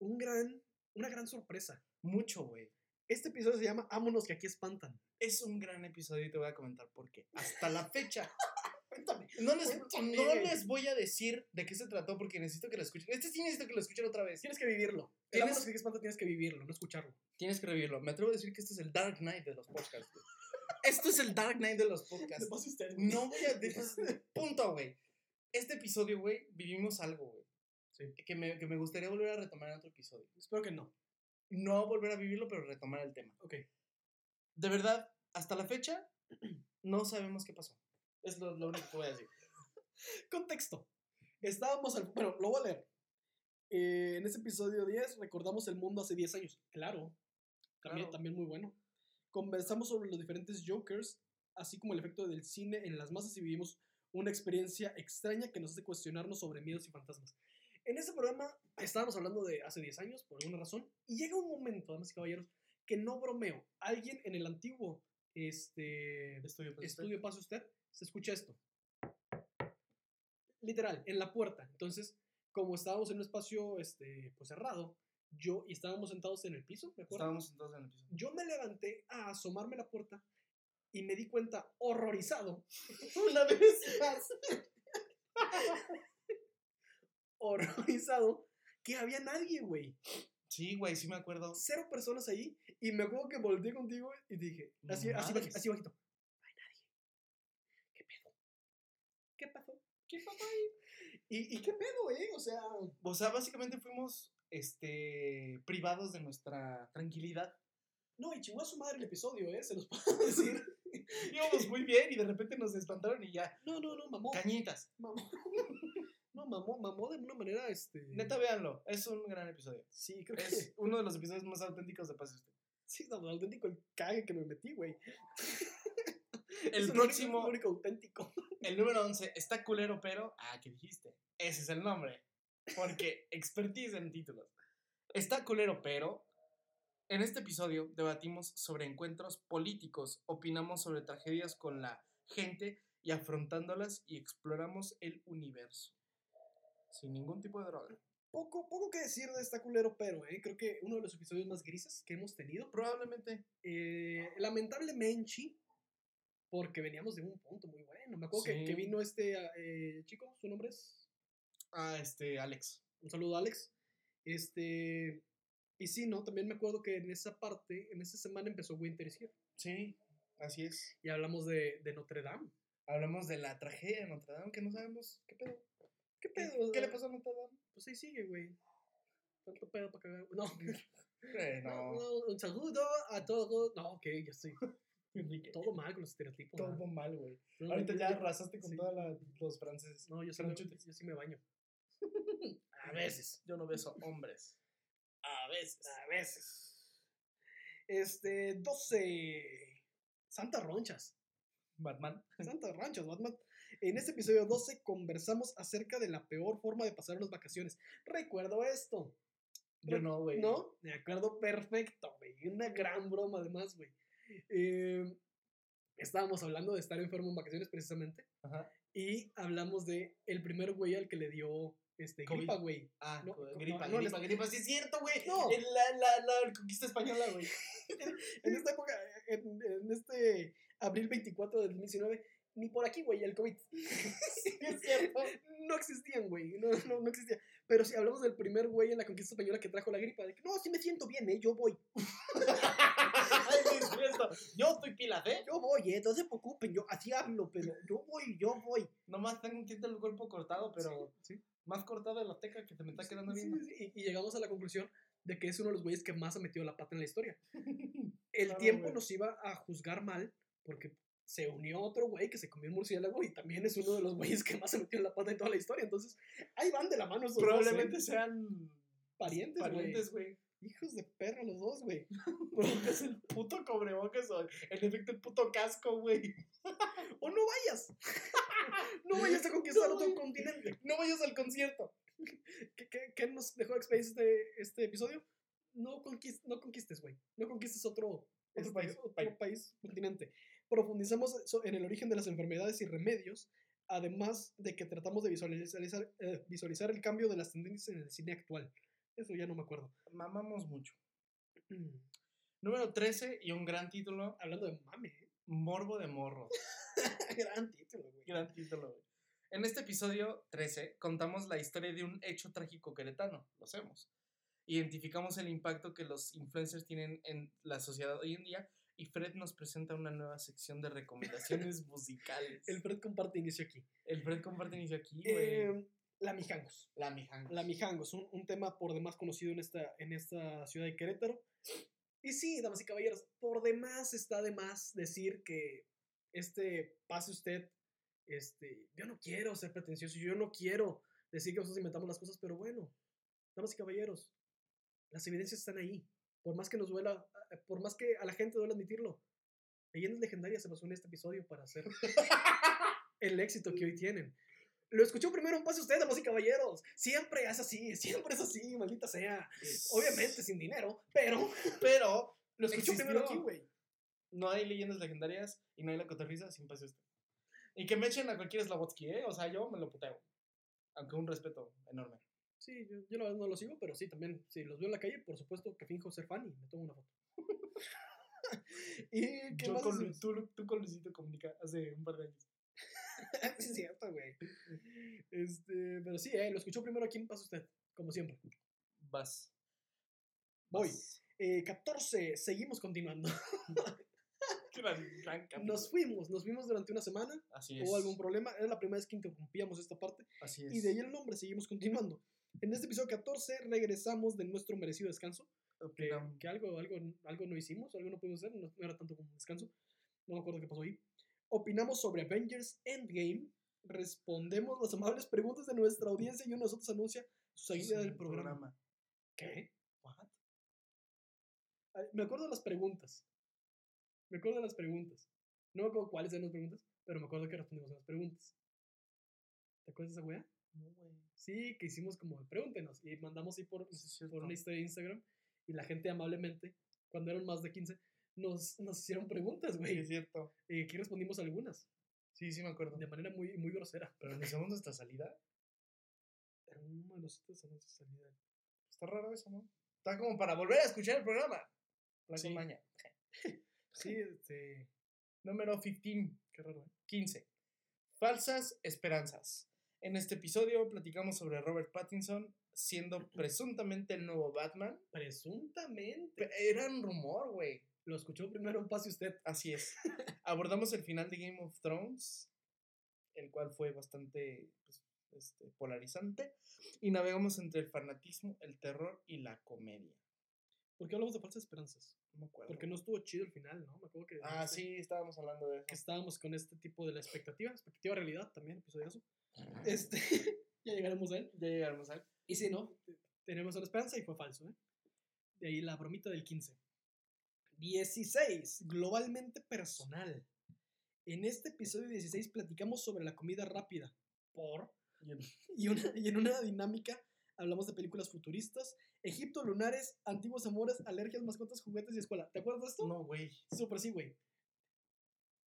S3: un gran, una gran sorpresa.
S4: Mucho, güey.
S3: Este episodio se llama Ámonos que aquí espantan.
S4: Es un gran episodio y te voy a comentar por qué. Hasta la fecha.
S3: Cuéntame.
S4: No les,
S3: Cuéntame.
S4: no les voy a decir de qué se trató porque necesito que lo escuchen. Este sí necesito que lo escuchen otra vez.
S3: Tienes que vivirlo. El
S4: Tienes-
S3: Ámonos que aquí espantan tienes que vivirlo, no escucharlo.
S4: Tienes que revivirlo. Me atrevo a decir que este es el Dark Knight de los podcasts. güey. Esto es el Dark Knight de los podcasts. No voy a decir. Punto, güey. Este episodio, güey, vivimos algo, güey.
S3: Sí.
S4: Que, me, que me gustaría volver a retomar en otro episodio.
S3: Espero que no.
S4: No volver a vivirlo, pero retomar el tema.
S3: Ok.
S4: De verdad, hasta la fecha, no sabemos qué pasó.
S3: Es lo, lo único que voy a decir. Contexto. Estábamos al. Bueno, lo voy a leer. Eh, en ese episodio 10 recordamos el mundo hace 10 años. Claro. También,
S4: Claro.
S3: también muy bueno. Conversamos sobre los diferentes Jokers, así como el efecto del cine en las masas y vivimos una experiencia extraña que nos hace cuestionarnos sobre miedos y fantasmas. En ese programa estábamos hablando de hace 10 años, por alguna razón, y llega un momento, damas y caballeros, que no bromeo. Alguien en el antiguo este,
S4: Estudio
S3: estudio pase usted, se escucha esto. Literal, en la puerta. Entonces, como estábamos en un espacio este, pues, cerrado, yo y estábamos sentados en el piso, ¿me acuerdo?
S4: Estábamos entonces en el piso.
S3: Yo me levanté a asomarme a la puerta y me di cuenta, horrorizado, una vez más, horrorizado, que había nadie, güey.
S4: Sí, güey, sí me acuerdo.
S3: Cero personas ahí y me acuerdo que volteé contigo y dije,
S4: No
S3: así, así, baji-
S4: mames.
S3: así bajito, no hay nadie. ¿Qué pedo? ¿Qué pasó? ¿Qué pasó ahí? ¿Y, y qué pedo, eh? O sea,
S4: O sea, básicamente fuimos este, privados de nuestra tranquilidad.
S3: no, y chingó a su madre el episodio, ¿eh? Se los puedo decir.
S4: Íbamos muy bien y de repente nos espantaron y ya.
S3: No, no, no, mamó.
S4: Cañitas.
S3: mamó. No, mamó, mamó de una manera, este...
S4: Neta, véanlo. Es un gran episodio.
S3: Sí, creo
S4: Es
S3: que
S4: uno de los episodios más auténticos de Pase Usted.
S3: sí, es auténtico el cague que me metí, güey. Es
S4: El
S3: único-
S4: próximo,
S3: único auténtico.
S4: el número 11, está culero, pero. Ah, ¿qué dijiste? Ese es el nombre. Porque expertise en títulos. Está culero, pero. En este episodio debatimos sobre encuentros políticos, opinamos sobre tragedias con la gente y afrontándolas y exploramos el universo. Sin ningún tipo de droga.
S3: Poco, poco que decir de esta culero, pero, eh. Creo que uno de los episodios más grises que hemos tenido.
S4: Probablemente.
S3: eh, lamentablemente, porque veníamos de un punto muy bueno. Me acuerdo que,
S4: Sí.
S3: que vino este eh, chico, su nombre es.
S4: Ah, este, Alex.
S3: Un saludo, Alex. Este. Y sí, ¿no? También me acuerdo que en esa parte, en esa semana empezó Winter is Here.
S4: Sí, así es.
S3: Y hablamos de, de Notre Dame.
S4: Hablamos de la tragedia de Notre Dame, que no sabemos qué pedo.
S3: ¿Qué
S4: ¿Qué,
S3: pedo?
S4: qué le pasó a Notre Dame?
S3: Pues ahí sigue, güey. Tanto pedo para cagar. No,
S4: Eh,
S3: no, no, un saludo a todos. No, ok, ya estoy. Todo mal con los estereotipos. ¿verdad?
S4: Todo mal, güey.
S3: No,
S4: Ahorita
S3: yo-
S4: ya
S3: yo-
S4: arrasaste con
S3: sí.
S4: todos los franceses.
S3: No, yo sí, me,
S4: Franchutes.
S3: yo sí me baño. A veces.
S4: Yo no beso hombres.
S3: A veces. A veces. Este, 12. Santas ronchas.
S4: Batman.
S3: Santas ronchas, Batman. En este episodio 12 conversamos acerca de la peor forma de pasar las vacaciones. Recuerdo esto,
S4: Yo no, güey.
S3: ¿no? Me acuerdo perfecto, güey. Y Una gran broma además, güey. Eh, estábamos hablando de estar enfermo en vacaciones precisamente.
S4: Ajá.
S3: Y hablamos de el primer güey al que le dio este,
S4: COVID.
S3: gripa, güey.
S4: Ah,
S3: No,
S4: co-
S3: no,
S4: gripa,
S3: no,
S4: gripa, gripa. Sí es cierto, güey.
S3: No.
S4: Eh, La, la, la conquista española, güey.
S3: En esta época, en, en este abril 24 del 2019, ni por aquí, güey, el COVID.
S4: Sí es cierto.
S3: No existían, güey. No, no, no existía. Pero si hablamos del primer güey en la conquista española que trajo la gripa, de que, no, sí me siento bien, ¿eh? Yo voy.
S4: Sí es cierto. Yo estoy pila, ¿eh?
S3: Yo voy, ¿eh? No se preocupen, yo así hablo, pero yo voy, yo voy.
S4: Nomás tengo un tinte del cuerpo cortado, pero
S3: Sí, sí.
S4: más cortado de la teca que se me está quedando
S3: Sí,
S4: viendo.
S3: sí, sí. Y, y llegamos a la conclusión de que es uno de los güeyes que más ha metido la pata en la historia. El
S4: Claro,
S3: tiempo
S4: güey.
S3: nos iba a juzgar mal porque se unió otro güey que se comió un murciélago y también es uno de los güeyes que más ha metido la pata en toda la historia. Entonces, ahí van de la mano esos dos, ¿eh?
S4: Probablemente sean
S3: parientes, güey.
S4: parientes, güey.
S3: Hijos de perra los dos, güey.
S4: Provocas el puto cobrebocas o el efecto el puto casco, güey.
S3: O no vayas. no vayas a conquistar
S4: No,
S3: otro
S4: güey.
S3: continente.
S4: No vayas al concierto.
S3: ¿Qué, qué, qué nos dejó Expedience este, este episodio? No, conquis- no conquistes, güey. No conquistes otro, este,
S4: país.
S3: otro país, continente. Profundizamos so- en el origen de las enfermedades y remedios, además de que tratamos de visualizar, eh, visualizar el cambio de las tendencias en el cine actual. Eso ya no me acuerdo.
S4: Mamamos mucho.
S3: Mm.
S4: Número 13 y un gran título,
S3: Hablando de mame, ¿eh?
S4: Morbo de Morro.
S3: gran título, güey.
S4: gran título, güey. En este episodio 13 contamos la historia de un hecho trágico queretano, lo hacemos. Identificamos el impacto que los influencers tienen en la sociedad hoy en día y Fred nos presenta una nueva sección de recomendaciones musicales.
S3: El
S4: El,
S3: Fred comparte inicio aquí.
S4: Fred comparte inicio aquí, güey.
S3: Eh, la Mijangos.
S4: la mijangos.
S3: La Mijangos, un, un tema por demás conocido en esta, en esta ciudad de Querétaro. Y Y sí, damas y caballeros, por demás está de más decir que este pase usted, este, yo no quiero ser pretencioso, yo no quiero decir que nosotros inventamos las cosas, pero bueno, damas y caballeros, las evidencias están ahí. Por más que nos duela, eh, por más que a la gente duela admitirlo, Leyendas Legendarias se basó en este episodio para hacer el éxito que hoy tienen. Lo escuchó primero un pase usted, damas y caballeros. Siempre es así, siempre es así, maldita sea. Obviamente sin dinero, pero
S4: Pero lo escucho
S3: escuchó primero
S4: primero aquí,
S3: aquí,
S4: güey. No hay leyendas legendarias y no hay la cotorriza sin pase usted. Y que me echen a cualquier Slavotsky, ¿eh? O sea, yo me lo puteo. Aunque un respeto enorme.
S3: Sí, yo, yo la verdad no lo sigo, pero sí, también, si los veo en la calle, por supuesto que finjo ser fan y me tomo una foto. ¿Y qué
S4: Yo
S3: más
S4: con
S3: hacemos?
S4: Lu- tú, tú con Luisito Comunica hace un par de años.
S3: Ah, Sí, es cierto, güey. Este, pero sí, eh, lo escuchó primero aquí en Pasa Usted, como siempre.
S4: Vas.
S3: Voy. Eh, 14, seguimos continuando.
S4: Qué gran, gran capítulo.
S3: Nos fuimos, nos fuimos durante una semana.
S4: Así es.
S3: Hubo algún problema, era la primera vez que interrumpíamos esta parte.
S4: Así es.
S3: Y de ahí el nombre, seguimos continuando. En este episodio 14 regresamos de nuestro merecido descanso. que,
S4: Opinam-
S3: que algo, algo, algo no hicimos, algo no pudimos hacer, no, no era tanto como descanso. No me acuerdo qué pasó ahí. Opinamos sobre Avengers Endgame, respondemos las amables preguntas de nuestra audiencia y uno de nosotros anuncia su salida
S4: Sí,
S3: del programa. ¿Qué? What? Ay, Me acuerdo de las preguntas. Me acuerdo de las preguntas. No me acuerdo cuáles eran las preguntas, pero me acuerdo que respondimos a las preguntas. ¿Te acuerdas de esa weá?
S4: No, güey.
S3: Sí, que hicimos como pregúntenos y mandamos ahí por,
S4: Sí, es cierto.
S3: por una historia de Instagram y la gente amablemente, cuando eran más de 15, nos, nos hicieron preguntas,
S4: Sí,
S3: güey.
S4: es cierto.
S3: Y aquí respondimos algunas,
S4: Sí, sí me acuerdo.
S3: de manera muy, muy grosera.
S4: Pero analizamos nuestra salida.
S3: Era uno de nosotros en esa salida.
S4: Está raro eso, ¿no? Está como para volver a escuchar el programa. La
S3: Sí.
S4: compañía.
S3: Sí, este,
S4: Número 15.
S3: qué raro, ¿eh?
S4: 15. Falsas esperanzas. En este episodio platicamos sobre Robert Pattinson siendo presuntamente el nuevo Batman.
S3: Presuntamente.
S4: Pe- Era un rumor, güey.
S3: Lo escuchó primero un pase usted.
S4: Así es. Abordamos el final de Game of Thrones, el cual fue bastante pues, este, polarizante, y navegamos entre el fanatismo, el terror y la comedia.
S3: ¿Por qué hablamos de falsas esperanzas?
S4: No me acuerdo.
S3: Porque no estuvo chido el final, ¿no? Me acuerdo que...
S4: Ah, sí, estábamos hablando de
S3: eh, Que
S4: eso.
S3: estábamos con este tipo de la expectativa, expectativa realidad también, episodio eso. Este, ya llegaremos a él.
S4: Ah. Ya llegaremos al
S3: Y si no, tenemos la esperanza y fue falso, ¿eh? De ahí la bromita del 15. 16. Globalmente personal. En este episodio 16 platicamos sobre la comida rápida. Por.
S4: Y en-
S3: Y, una- y en una dinámica hablamos de películas futuristas, Egipto, lunares, antiguos amores, alergias, mascotas, juguetes y escuela. ¿Te acuerdas de esto?
S4: No, güey.
S3: Súper sí, güey.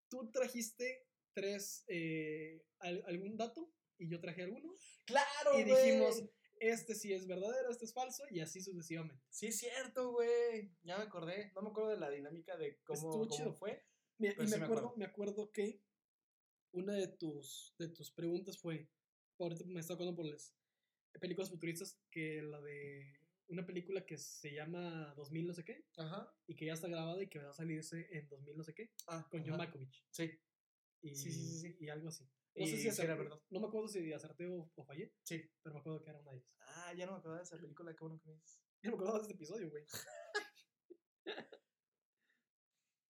S3: Tú trajiste tres, eh, al- algún dato y yo traje alguno.
S4: ¡Claro,
S3: Y dijimos, este sí es verdadero, este es falso, y así sucesivamente.
S4: Sí, es cierto, güey. Ya me acordé. No me acuerdo de la dinámica de cómo,
S3: Estuvo
S4: cómo
S3: chido.
S4: fue.
S3: Mira,
S4: Pero
S3: y
S4: sí
S3: me,
S4: me
S3: acuerdo,
S4: acuerdo.
S3: me acuerdo que una de tus, de tus preguntas fue, ahorita me está acordando por las películas futuristas, que la de una película que se llama 2000 no sé qué,
S4: Ajá.
S3: y que ya está grabada y que va a salirse en 2000 no sé qué,
S4: Ah,
S3: con John Malkovich.
S4: Sí.
S3: Y,
S4: Sí, sí, sí, sí.
S3: y algo así.
S4: No
S3: No sé si
S4: era
S3: acerté,
S4: verdad.
S3: no me acuerdo si acerté o, o fallé,
S4: Sí.
S3: pero me acuerdo que era una de ellas.
S4: Ah, ya no me acordaba de esa película. Qué bueno que me dices.
S3: Ya me acordaba de este episodio, güey.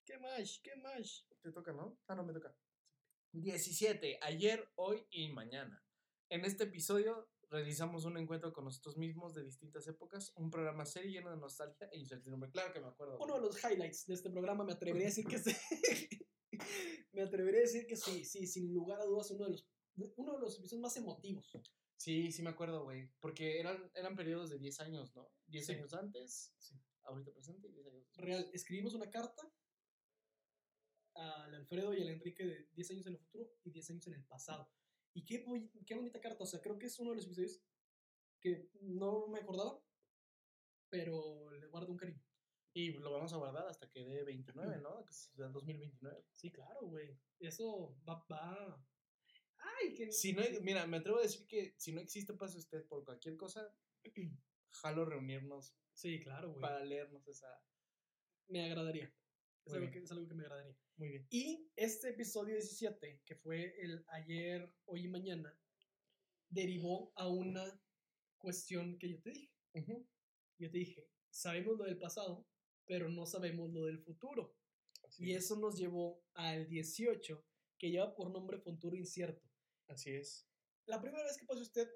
S3: ¿Qué más? ¿Qué más?
S4: Te toca, ¿no? Ah, no, me toca. 17. Ayer, hoy y mañana. En este episodio realizamos un encuentro con nosotros mismos de distintas épocas. Un programa serio lleno de nostalgia e incertidumbre. Claro que me acuerdo.
S3: Uno de los highlights de este programa me atrevería a decir que sí. me atrevería a decir que sí, sí, sin lugar a dudas, uno de los, uno de los episodios más emotivos.
S4: Sí, sí me acuerdo, güey. Porque eran, eran periodos de 10 años, ¿no? 10
S3: Sí.
S4: años antes,
S3: Sí.
S4: ahorita presente y 10 años después.
S3: Real, escribimos una carta al Alfredo y al Enrique de 10 años en el futuro y 10 años en el pasado. Y qué, boi- qué bonita carta, o sea, creo que es uno de los episodios que no me acordaba, pero le guardo un cariño.
S4: Y lo vamos a guardar hasta que dé 29, ¿no? Que sea 2029.
S3: Sí, claro, güey. Eso va, va. Ay, que
S4: Si no, mira, me atrevo a decir que si no existe pase usted por cualquier cosa, jalo reunirnos
S3: Sí, claro, güey.
S4: para leernos esa.
S3: Me agradaría. Es
S4: Muy
S3: algo,
S4: bien.
S3: que, es algo que me agradaría.
S4: Muy bien.
S3: Y este episodio 17, que fue el ayer, hoy y mañana, derivó a una cuestión que yo te dije. Yo te dije, sabemos lo del pasado, pero no sabemos lo del futuro.
S4: Así
S3: Y
S4: es.
S3: eso nos llevó al 18, que lleva por nombre Futuro Incierto.
S4: Así es.
S3: La primera vez que pasó usted,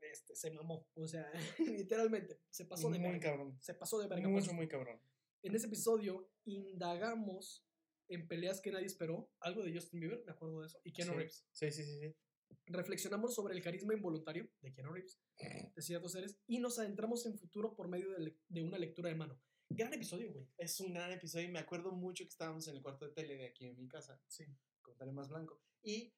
S3: este, se mamó. O sea, literalmente, se pasó de
S4: muy
S3: verga.
S4: cabrón.
S3: Se pasó de verga.
S4: Mucho,
S3: Pazuzu.
S4: muy cabrón.
S3: En ese episodio indagamos en peleas que nadie esperó, algo de Justin Bieber, me acuerdo de eso, y Keanu
S4: Sí.
S3: Reeves.
S4: Sí, sí, sí, sí.
S3: Reflexionamos sobre el carisma involuntario de Keanu Reeves, de ciertos seres, y nos adentramos en futuro por medio de, le- de una lectura de mano. Gran episodio, güey.
S4: Es un gran episodio y me acuerdo mucho que estábamos en el cuarto de tele de aquí en mi casa.
S3: Sí.
S4: con Tale más blanco. Y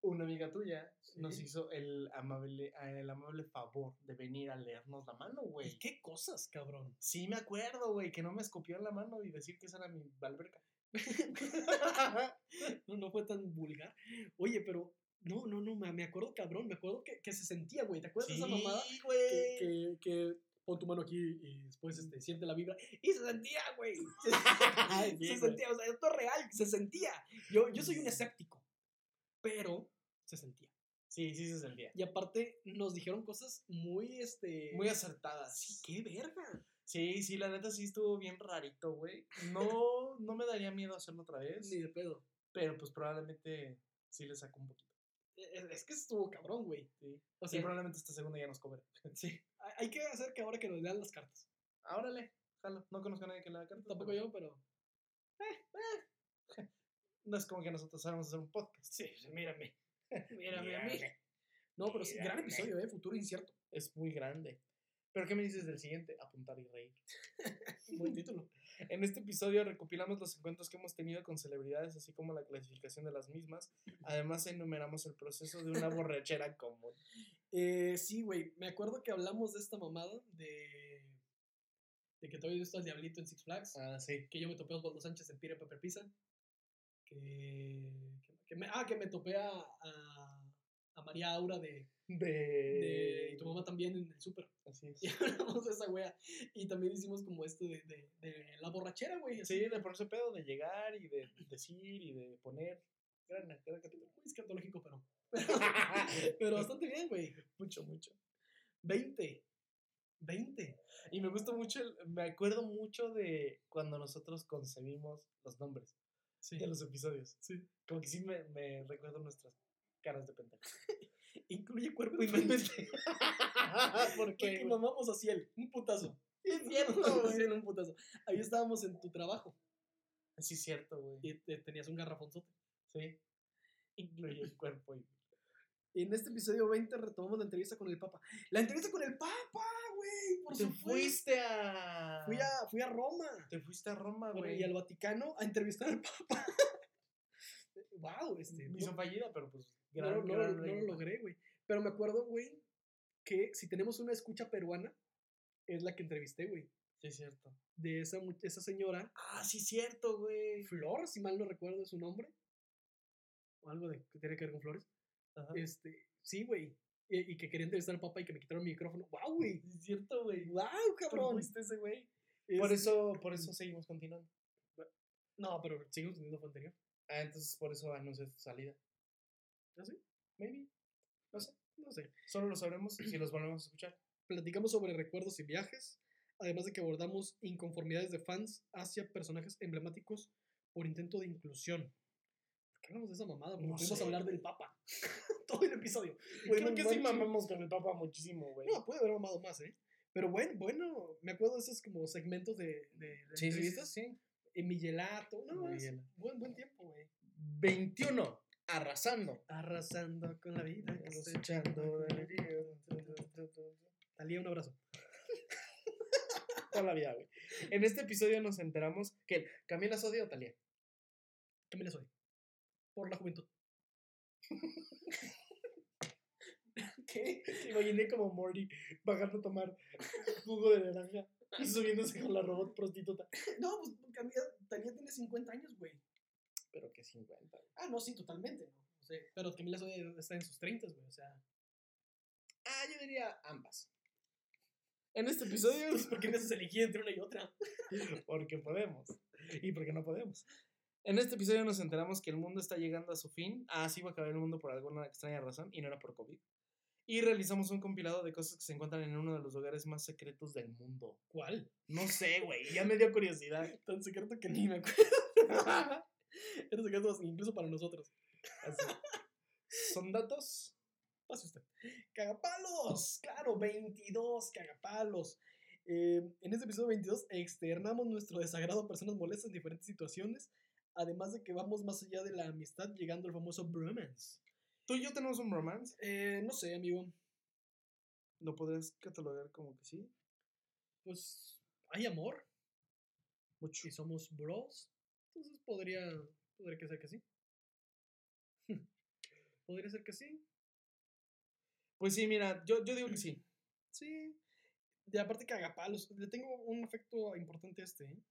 S4: una amiga tuya nos
S3: Sí.
S4: hizo el amable, el amable favor de venir a leernos la mano, güey.
S3: ¿Y qué cosas, cabrón?
S4: Sí, me acuerdo, güey, que no me escupió en la mano y decir que esa era mi alberca.
S3: No, no fue tan vulgar. Oye, pero no, no, no, me me acuerdo, cabrón, me acuerdo que, que se sentía, güey. ¿Te acuerdas de esa mamada?
S4: Sí,
S3: Que,
S4: güey.
S3: que, que pon tu mano aquí y después este, siente la vibra. Y se sentía, güey. Se,
S4: Ay, sí,
S3: se
S4: güey.
S3: sentía, o sea, esto es real, se sentía. Yo, yo soy un escéptico, pero se sentía.
S4: Sí, sí se sentía.
S3: Y aparte nos dijeron cosas muy, este...
S4: Muy acertadas.
S3: Sí, qué verga.
S4: Sí, sí, la neta sí estuvo bien rarito, güey. No, no me daría miedo hacerlo otra vez,
S3: Ni de pedo.
S4: pero pues probablemente sí le saco un poquito.
S3: Es E, es que estuvo cabrón, güey.
S4: Sí.
S3: O
S4: Sí,
S3: sea,
S4: probablemente esta segunda ya nos cobre. Sí.
S3: hay- hay que hacer que ahora que nos lean las cartas.
S4: Órale, jalo. No conozco a nadie que le haga cartas.
S3: Tampoco
S4: pero
S3: yo, pero...
S4: No es como que nosotros sabemos hacer un podcast.
S3: Sí, mírame. Mírame a mí.
S4: Mírame.
S3: No, pero sí, gran
S4: Mírame.
S3: episodio, ¿eh? Futuro incierto.
S4: Es muy grande. Pero ¿qué me dices del siguiente? Apuntar y reír.
S3: Buen título.
S4: En este episodio recopilamos los encuentros que hemos tenido con celebridades, así como la clasificación de las mismas. Además, enumeramos el proceso de una borrachera común.
S3: Eh, sí, güey. Me acuerdo que hablamos de esta mamada de. de que te había visto al Diablito en Six Flags.
S4: Ah, sí.
S3: Que yo me topé a Osvaldo Sánchez en Pira Pepper Pizza. Que. que me, ah, que me topé a, a, a María Aura de,
S4: De...
S3: de- Y tu mamá también en el súper.
S4: Eh. Así es.
S3: Y hablamos de esa wea. Y también hicimos como esto de, de, de la borrachera, güey. así.
S4: Sí, de ponerse pedo, de llegar y de decir y de poner. Gran, gran capítulo.
S3: Muy escatológico, pero. pero bastante bien, güey.
S4: Mucho, mucho.
S3: 20. 20.
S4: Y me gusta mucho, el- me acuerdo mucho de cuando nosotros concebimos los nombres
S3: Sí.
S4: de los episodios.
S3: Sí.
S4: Como que sí me, me recuerdo nuestras caras de pendejo.
S3: Incluye cuerpo y mente.
S4: ¿Por
S3: Que
S4: qué?
S3: que mamamos a Ciel. Un putazo.
S4: Es
S3: Mamamos a Ciel un putazo. Ahí estábamos en tu trabajo.
S4: Sí, es cierto, güey.
S3: Y te- tenías un garrafonzote.
S4: Sí. Incluye el cuerpo y...
S3: En este episodio 20 retomamos la entrevista con el Papa. ¡La entrevista con el Papa, güey! ¡Por
S4: Te
S3: supuesto!
S4: fuiste a...
S3: Fui a, fui a Roma.
S4: Te fuiste a Roma, güey.
S3: Y al Vaticano a entrevistar al Papa. ¡Wow! Este,
S4: Misión fallida, pero pues...
S3: no, no, no, no lo logré, güey. Pero me acuerdo, güey, que si tenemos una escucha peruana, es la que entrevisté, güey.
S4: Sí, es cierto.
S3: De esa, mu- esa señora
S4: Ah, sí, es cierto, güey.
S3: Flor, si mal no recuerdo su nombre. O algo de, que tiene que ver con flores.
S4: Ajá.
S3: Este, sí, güey. Eh, Y, y que quería entrevistar al papá y que me quitaron mi micrófono. ¡Wow, güey!
S4: Sí, Es cierto, güey.
S3: ¡Wow,
S4: Te
S3: cabrón!
S4: fuiste ese, güey.
S3: Es- mm.
S4: Por eso, por eso seguimos continuando.
S3: No, pero sigo teniendo fue anterior.
S4: Ah, entonces por eso anuncia su salida.
S3: ¿Ah, sí?
S4: Maybe. No sé.
S3: No sé.
S4: Solo lo sabremos si los volvemos a escuchar.
S3: Platicamos sobre recuerdos y viajes. Además de que abordamos inconformidades de fans hacia personajes emblemáticos por intento de inclusión. ¿Por qué hablamos de esa mamada? Porque
S4: No
S3: pudimos
S4: sé.
S3: hablar del papa. Todo el episodio.
S4: Creo
S3: Pudimos
S4: que
S3: hablar-
S4: sí mamamos con el papá muchísimo, güey.
S3: No, puede haber amado más, ¿eh? Pero bueno, bueno, me acuerdo de esos como segmentos de, de, de entrevistas.
S4: sí.
S3: En Miguelato, no, es
S4: Miguel.
S3: buen, buen tiempo, güey.
S4: 21. Arrasando.
S3: Arrasando con la vida. que se-
S4: Escuchando.
S3: Talía, un abrazo.
S4: Toda la vida, güey. En este episodio nos enteramos que Camila es odio a Talía.
S3: Camila soy. Por la juventud.
S4: ¿Qué? Me imaginé como Morty bajando a tomar jugo de naranja y subiéndose con la robot prostituta.
S3: No, pues Camila, Talía tiene 50 años, güey.
S4: Pero que 50.
S3: Ah, no, sí, totalmente, ¿no? O sea, pero Camila soy está en sus 30, güey, o sea.
S4: Ah, yo diría ambas. En este episodio.
S3: Pues, ¿Por qué me haces elegir entre una y otra?
S4: porque podemos. Y porque no podemos. En este episodio nos enteramos que el mundo está llegando a su fin. Ah, sí, va a acabar el mundo por alguna extraña razón y no era por COVID. Y realizamos un compilado de cosas que se encuentran en uno de los lugares más secretos del mundo.
S3: ¿Cuál?
S4: No sé, güey, ya me dio curiosidad.
S3: Tan secreto que ni me acuerdo. Era secreto incluso para nosotros.
S4: Así. Son datos
S3: Pase usted. Cagapalos, claro, 22 cagapalos. Eh, en este episodio 22 externamos nuestro desagrado a personas molestas en diferentes situaciones, además de que vamos más allá de la amistad llegando al famoso bromance.
S4: Tú y yo tenemos un romance.
S3: Eh, no sé, amigo,
S4: ¿Lo podrías catalogar como que sí?
S3: pues hay amor. Mucho. Y somos bros. Entonces podría, podría que ser que sí. podría ser que sí.
S4: Pues sí, mira, yo, yo digo que sí.
S3: Sí. Y aparte cagapalos. Le tengo un afecto importante a este, ¿eh?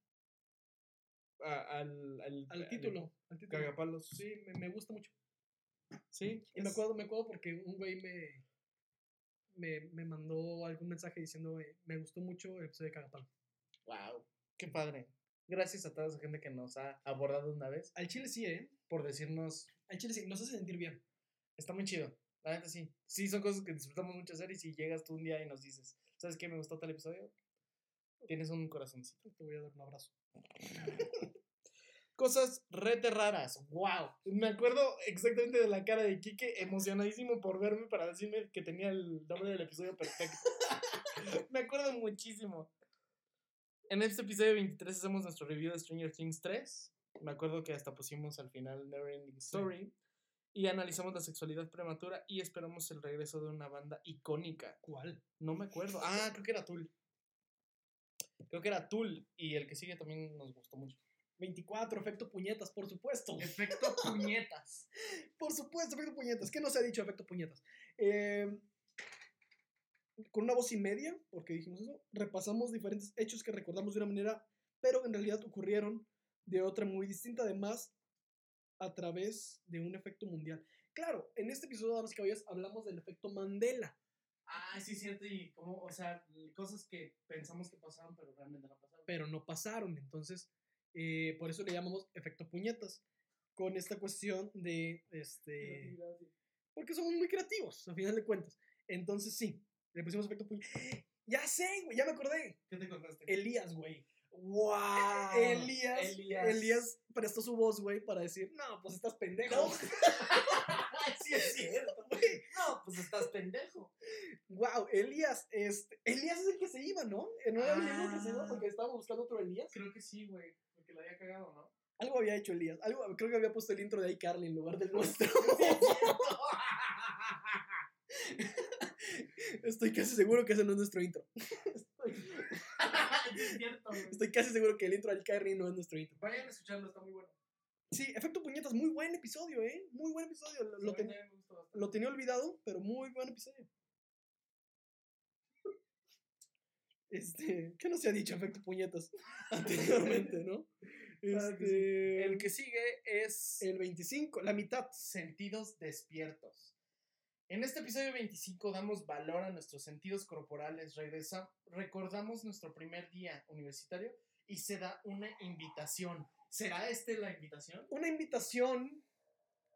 S4: A- al, al,
S3: Al título. Al título.
S4: Cagapalos. Sí.
S3: Sí, me, me gusta mucho.
S4: Sí.
S3: Y me acuerdo, me acuerdo porque un güey me, me, me mandó algún mensaje diciendo, eh, me gustó mucho el episodio de Cagapalo.
S4: Wow. Qué padre. Gracias a toda esa gente que nos ha abordado una vez
S3: Al chile sí, ¿eh?
S4: por decirnos,
S3: Al chile sí, nos hace sentir bien.
S4: está muy chido. La neta sí. Sí, son cosas que disfrutamos mucho hacer y si llegas tú un día y nos dices, ¿sabes qué? Me gustó tal episodio. Tienes un corazoncito.
S3: Te voy a dar un abrazo.
S4: Cosas rete raras. Wow. Me acuerdo exactamente de la cara de Quique emocionadísimo por verme para decirme que tenía el nombre del episodio perfecto. Me acuerdo muchísimo. En este episodio 23 hacemos nuestro review de Stranger Things 3. Me acuerdo que hasta pusimos al final Neverending Story. Y analizamos la sexualidad prematura y esperamos el regreso de una banda icónica.
S3: ¿Cuál?
S4: No me acuerdo. Ah, creo que era Tool. Creo que era Tool. Y el que sigue también nos gustó mucho.
S3: 24, efecto puñetas, por supuesto.
S4: Efecto puñetas.
S3: Por supuesto, efecto puñetas. ¿Qué no se ha dicho efecto puñetas? Eh, con una voz y media, porque dijimos eso, repasamos diferentes hechos que recordamos de una manera, pero en realidad ocurrieron de otra muy distinta, además, a través de un efecto mundial. Claro, en este episodio, damas y caballeros, hablamos del efecto Mandela.
S4: Ah, sí, cierto, y como, o sea, cosas que pensamos que pasaron, pero realmente no pasaron.
S3: pero no pasaron. Entonces, eh, por eso le llamamos efecto puñetas. Con esta cuestión de, este, porque somos muy creativos, a final de cuentas. Entonces, sí, le pusimos efecto puñetas. Ya sé, güey, ya me acordé.
S4: ¿Qué te contaste?
S3: Elías, güey.
S4: ¡Wow! Ah,
S3: Elías, Elías. prestó su voz, güey, para decir, no, pues estás pendejo.
S4: No. sí, es cierto.
S3: Güey,
S4: No, pues estás pendejo.
S3: wow, Elías, este, Elías es el que se iba, ¿no? Eh, No era el mismo que se iba
S4: Ah.
S3: porque estábamos buscando otro Elías.
S4: Creo que sí, güey, porque la había cagado, ¿no?
S3: Algo había hecho Elías, algo, creo que había puesto el intro de iCarly en lugar del nuestro. Estoy casi seguro que ese no es nuestro intro.
S4: es cierto, güey.
S3: Estoy casi seguro que el intro al Carry no es nuestro intro.
S4: Vayan a escucharlo, está muy bueno.
S3: Sí, Efecto Puñetas, muy buen episodio, ¿eh? Muy buen episodio. Lo, lo
S4: A mí
S3: ten-
S4: también me gustó bastante.
S3: lo tenía olvidado, pero muy buen episodio. Este, ¿qué no se ha dicho Efecto Puñetas anteriormente, no?
S4: Claro Ah, que sí.
S3: Este,
S4: El que sigue es
S3: el 25, la mitad.
S4: sentidos despiertos. En este episodio 25 damos valor a nuestros sentidos corporales, regresa, recordamos nuestro primer día universitario y se da una invitación. ¿Será este la invitación?
S3: Una invitación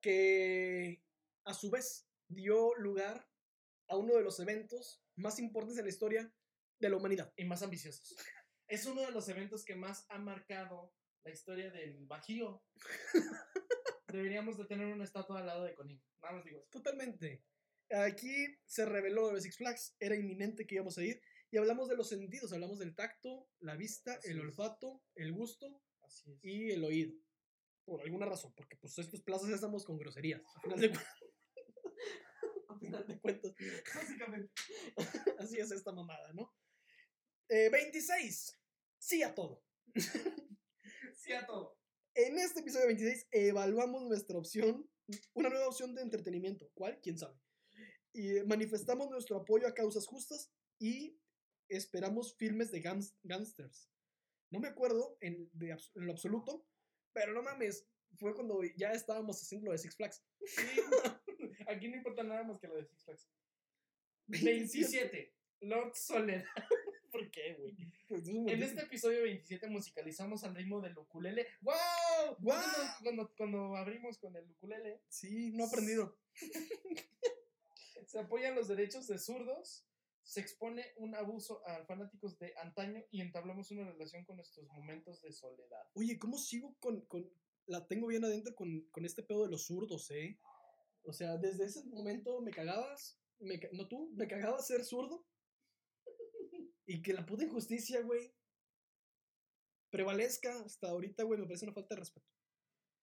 S3: que a su vez dio lugar a uno de los eventos más importantes en la historia de la humanidad.
S4: Y más ambiciosos. Es uno de los eventos que más ha marcado la historia del Bajío. Deberíamos de tener una estatua al lado de Conin. Nada más digo eso.
S3: Totalmente. Aquí se reveló lo de Six Flags, era inminente que íbamos a ir. Y hablamos de los sentidos, hablamos del tacto, la vista,
S4: Así
S3: el
S4: es.
S3: olfato, el gusto
S4: Así es.
S3: y el oído. Por alguna razón, porque pues estos plazas ya estamos con groserías. Al final de, cu- al final de cuentas,
S4: básicamente.
S3: así es esta mamada, ¿no? Eh, 26. Sí a todo.
S4: Sí a todo.
S3: En este episodio 26 evaluamos nuestra opción, una nueva opción de entretenimiento. ¿Cuál? ¿Quién sabe? Y eh, manifestamos nuestro apoyo a causas justas y esperamos filmes de gams- gangsters. No me acuerdo en, de abs- en lo absoluto, pero no mames, fue cuando ya estábamos haciendo lo de Six Flags.
S4: Aquí no importa nada más que lo de Six Flags. 27. Lord Soledad. ¿Por qué, güey?
S3: Pues, es un
S4: En
S3: montón.
S4: este episodio 27 musicalizamos al ritmo del ukulele. ¡Wow!
S3: ¡Guau!
S4: Cuando, cuando abrimos con el ukulele,
S3: Sí, no he aprendido.
S4: Se apoyan los derechos de zurdos, se expone un abuso a fanáticos de antaño y entablamos una relación con nuestros momentos de soledad.
S3: Oye, ¿cómo sigo con, con- La tengo bien adentro con, con este pedo de los zurdos, ¿eh? O sea, desde ese momento me cagabas. me ca- no tú, me cagabas ser zurdo. Y que la puta injusticia, güey, prevalezca hasta ahorita, güey, me parece una falta de respeto.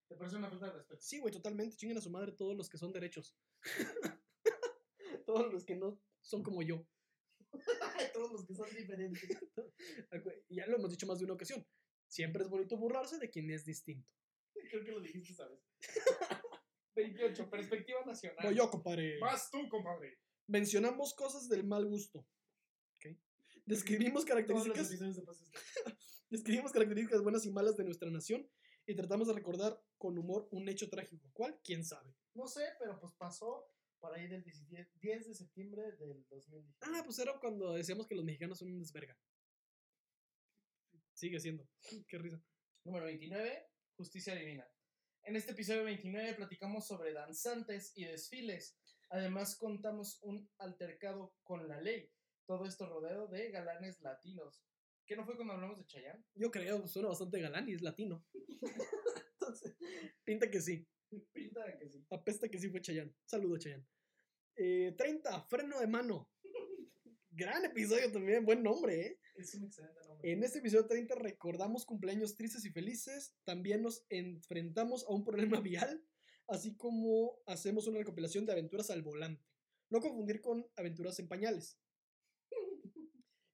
S4: ¿Te parece una falta de respeto?
S3: Sí, güey, totalmente. Chinguen a su madre todos los que son derechos. todos los que no son como yo.
S4: Todos los que son diferentes.
S3: Y Ah, ya lo hemos dicho más de una ocasión. Siempre es bonito burlarse de quien es distinto.
S4: Creo que lo dijiste, ¿sabes? 28. Perspectiva nacional.
S3: Voy yo, compadre.
S4: Vas tú, compadre.
S3: Mencionamos cosas del mal gusto. ¿ok? Describimos
S4: Todos los
S3: características,
S4: episodios de Paz Esté.
S3: describimos características buenas y malas de nuestra nación y tratamos de recordar con humor un hecho trágico. ¿Cuál? ¿Quién sabe?
S4: No sé, pero pues pasó para ahí del 17 10 de septiembre del 2017.
S3: Ah, pues era cuando decíamos que los mexicanos son un desverga. Sigue siendo. Qué risa.
S4: Número 29, Justicia Divina. En este episodio 29 platicamos sobre danzantes y desfiles. Además contamos un altercado con la ley. Todo esto rodeado de galanes latinos. ¿Qué no fue cuando hablamos de Chayanne?
S3: Yo creo, pues, suena bastante galán y es latino. Entonces, pinta que sí.
S4: Pinta de que sí.
S3: Apesta que sí fue Chayanne. Saludo, Chayanne. Eh, 30, freno de mano. Gran episodio también, buen nombre, ¿eh?
S4: Es un excelente nombre.
S3: En este episodio 30 recordamos cumpleaños tristes y felices, también nos enfrentamos a un problema vial, así como hacemos una recopilación de aventuras al volante. No confundir con aventuras en pañales.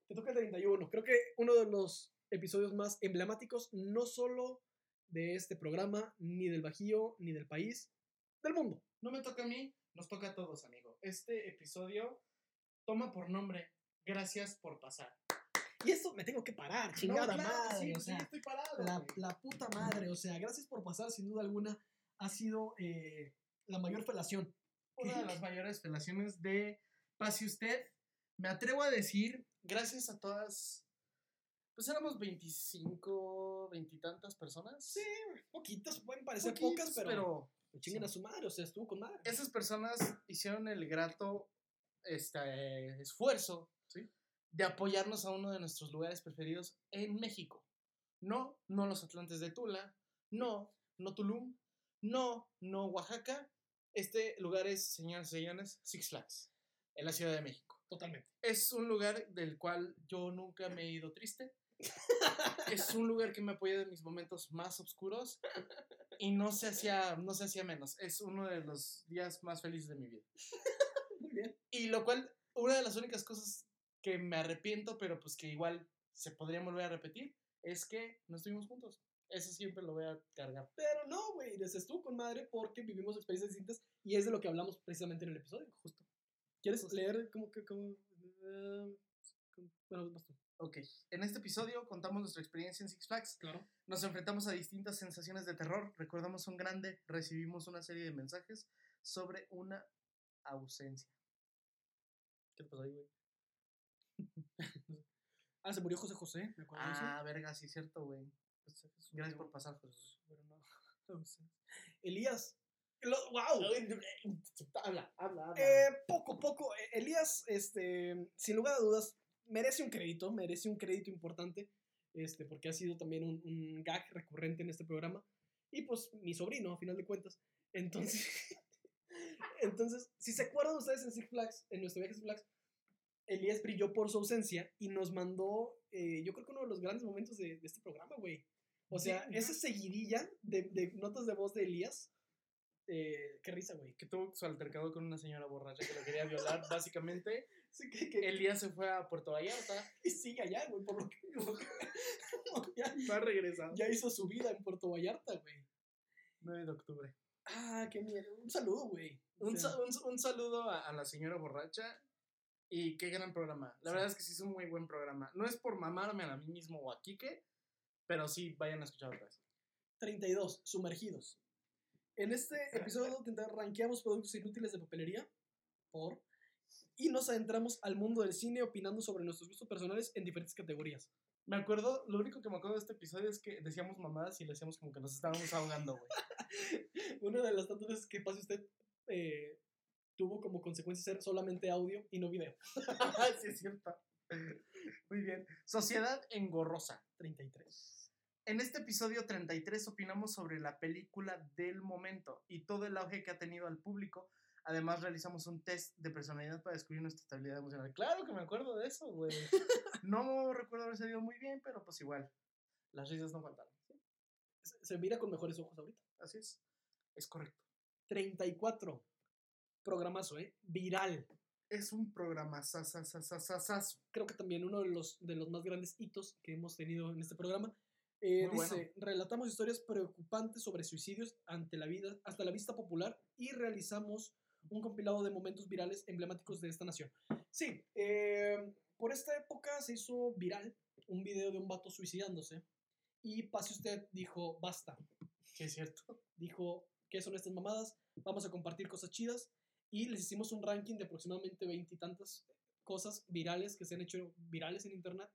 S3: Te toca el 31. Creo que uno de los episodios más emblemáticos, no solo de este programa, ni del Bajío, ni del país, del mundo.
S4: No me toca a mí, nos toca a todos, amigo. Este episodio toma por nombre Gracias por pasar.
S3: Y eso me tengo que parar,
S4: No,
S3: chingada
S4: claro que
S3: madre.
S4: sí,
S3: o
S4: sí,
S3: sea,
S4: estoy parado.
S3: la,
S4: güey.
S3: la puta madre. O sea, gracias por pasar, sin duda alguna, ha sido eh, la mayor felación.
S4: una de las mayores relaciones de Pase Usted. Me atrevo a decir, gracias a todas, pues éramos 25, veintitantas personas.
S3: Sí, Poquitas, pueden parecer
S4: Poquitos,
S3: pocas, pero,
S4: pero
S3: chinguen a su madre, o sea, estuvo con madre.
S4: esas personas hicieron el grato este, esfuerzo
S3: Sí.
S4: de apoyarnos a uno de nuestros lugares preferidos en México. No, no los Atlantes de Tula, no, no Tulum, no, no Oaxaca. Este lugar es, señores y señores, Six Flags, en la Ciudad de México.
S3: Totalmente.
S4: Es un lugar del cual yo nunca me he ido triste. es un lugar que me apoya en mis momentos más oscuros y no se hacía no se hacía menos. Es uno de los días más felices de mi vida.
S3: Muy bien.
S4: Y lo cual una de las únicas cosas que me arrepiento, pero pues que igual se podría volver a repetir, es que no estuvimos juntos. Eso siempre lo voy a cargar.
S3: Pero no, güey, les estuvo con madre porque vivimos experiencias distintas y es de lo que hablamos precisamente en el episodio, justo. ¿Quieres
S4: Pues
S3: leer cómo que, cómo? eh, cómo- bueno, vas tú.
S4: Ok, en este episodio contamos nuestra experiencia en Six Flags.
S3: Claro.
S4: Nos enfrentamos a distintas sensaciones de terror, recordamos un grande, recibimos una serie de mensajes sobre una ausencia.
S3: ¿Qué te pasó ahí, güey? ah, se murió José José, me acuerdo de eso.
S4: Ah, verga, sí, cierto, güey. Gracias por pasar, Jesús.
S3: Elías. wow.
S4: eh, Habla, habla, habla.
S3: poco a poco, eh, Elías, este, sin lugar a dudas, merece un crédito, merece un crédito importante, este, porque ha sido también un, un gag recurrente en este programa. Y pues mi sobrino, a final de cuentas. Entonces, entonces, si se acuerdan ustedes en Six Flags, en nuestro viaje a Six Flags, Elías brilló por su ausencia y nos mandó, eh, yo creo que uno de los grandes momentos de, de este programa, güey. O sea,
S4: Sí,
S3: esa seguidilla de, de notas de voz de Elías, eh, qué risa, güey.
S4: que tuvo su altercado con una señora borracha que lo quería violar, básicamente.
S3: Sí, que- que-
S4: El día se fue a Puerto Vallarta.
S3: y sigue allá, güey, por lo que. por lo que- no, ya,
S4: No ha regresado.
S3: ya hizo su vida en Puerto Vallarta, güey.
S4: 9 de octubre.
S3: Ah, qué mierda. Un saludo, güey. O
S4: Un,
S3: sea,
S4: sa- un sa- un saludo a, a la señora borracha. Y qué gran programa. La verdad es que sí es un muy buen programa. No es por mamarme a mí mismo o a Quique, pero sí vayan a escuchar otra vez.
S3: 32, sumergidos. En este episodio te- te rankeamos productos inútiles de papelería por y nos adentramos al mundo del cine opinando sobre nuestros gustos personales en diferentes categorías.
S4: Me acuerdo, lo único que me acuerdo de este episodio es que decíamos mamadas y le decíamos como que nos estábamos ahogando, güey.
S3: Una de las tantas veces que pase usted eh, tuvo como consecuencia ser solamente audio y no video.
S4: sí, es cierto. Muy bien. Sociedad engorrosa.
S3: 33.
S4: En este episodio 33 opinamos sobre la película del momento y todo el auge que ha tenido al público. Además, realizamos un test de personalidad para descubrir nuestra estabilidad emocional. Claro que me acuerdo de eso, güey. No recuerdo haber salido muy bien, pero pues igual. Las risas no faltaron.
S3: Se- Se mira con mejores ojos ahorita.
S4: Así es. Es correcto.
S3: 34. Programazo, ¿eh? Viral.
S4: Es un programa sasasasasasazo.
S3: Creo que también uno de los, de los más grandes hitos que hemos tenido en este programa. Eh,
S4: Muy
S3: dice,
S4: bueno.
S3: relatamos historias preocupantes sobre suicidios ante la vida, hasta la vista popular y realizamos un compilado de momentos virales emblemáticos de esta nación. Sí, eh, por esta época se hizo viral un video de un vato suicidándose y Pase Usted dijo, basta,
S4: Sí, es cierto.
S3: dijo, ¿qué son estas mamadas? Vamos a compartir cosas chidas. Y les hicimos un ranking de aproximadamente veintitantas cosas virales que se han hecho virales en internet.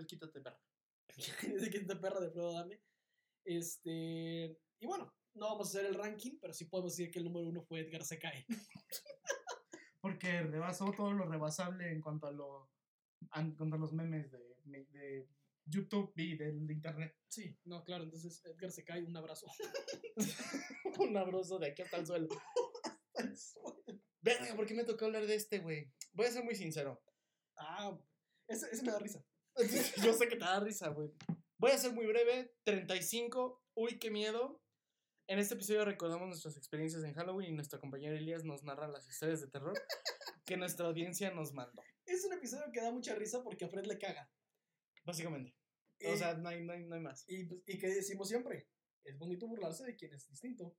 S4: el quítate perro.
S3: Desde que esta perra de prueba dame. Este, y bueno, no vamos a hacer el ranking, pero sí podemos decir que el número uno fue Edgar se cae.
S4: Porque rebasó todo lo rebasable en cuanto a lo en cuanto a los memes de, de YouTube y del internet.
S3: Sí, no, claro, entonces Edgar se cae, un abrazo.
S4: Un abrazo de aquí hasta el suelo. Verga, ¿por qué me tocó hablar de este, güey? Voy a ser muy sincero.
S3: Ah, ese, ese me da risa.
S4: Yo sé que te da risa, güey. Voy a ser muy breve. 35. Uy, qué miedo. En este episodio recordamos nuestras experiencias en Halloween y nuestra compañera Elías nos narra las historias de terror que nuestra audiencia nos mandó.
S3: Es un episodio que da mucha risa porque a Fred le caga.
S4: Básicamente.
S3: Eh,
S4: O sea, no hay, no hay- no hay más.
S3: Y, pues, y que decimos siempre, es bonito burlarse de quien es distinto.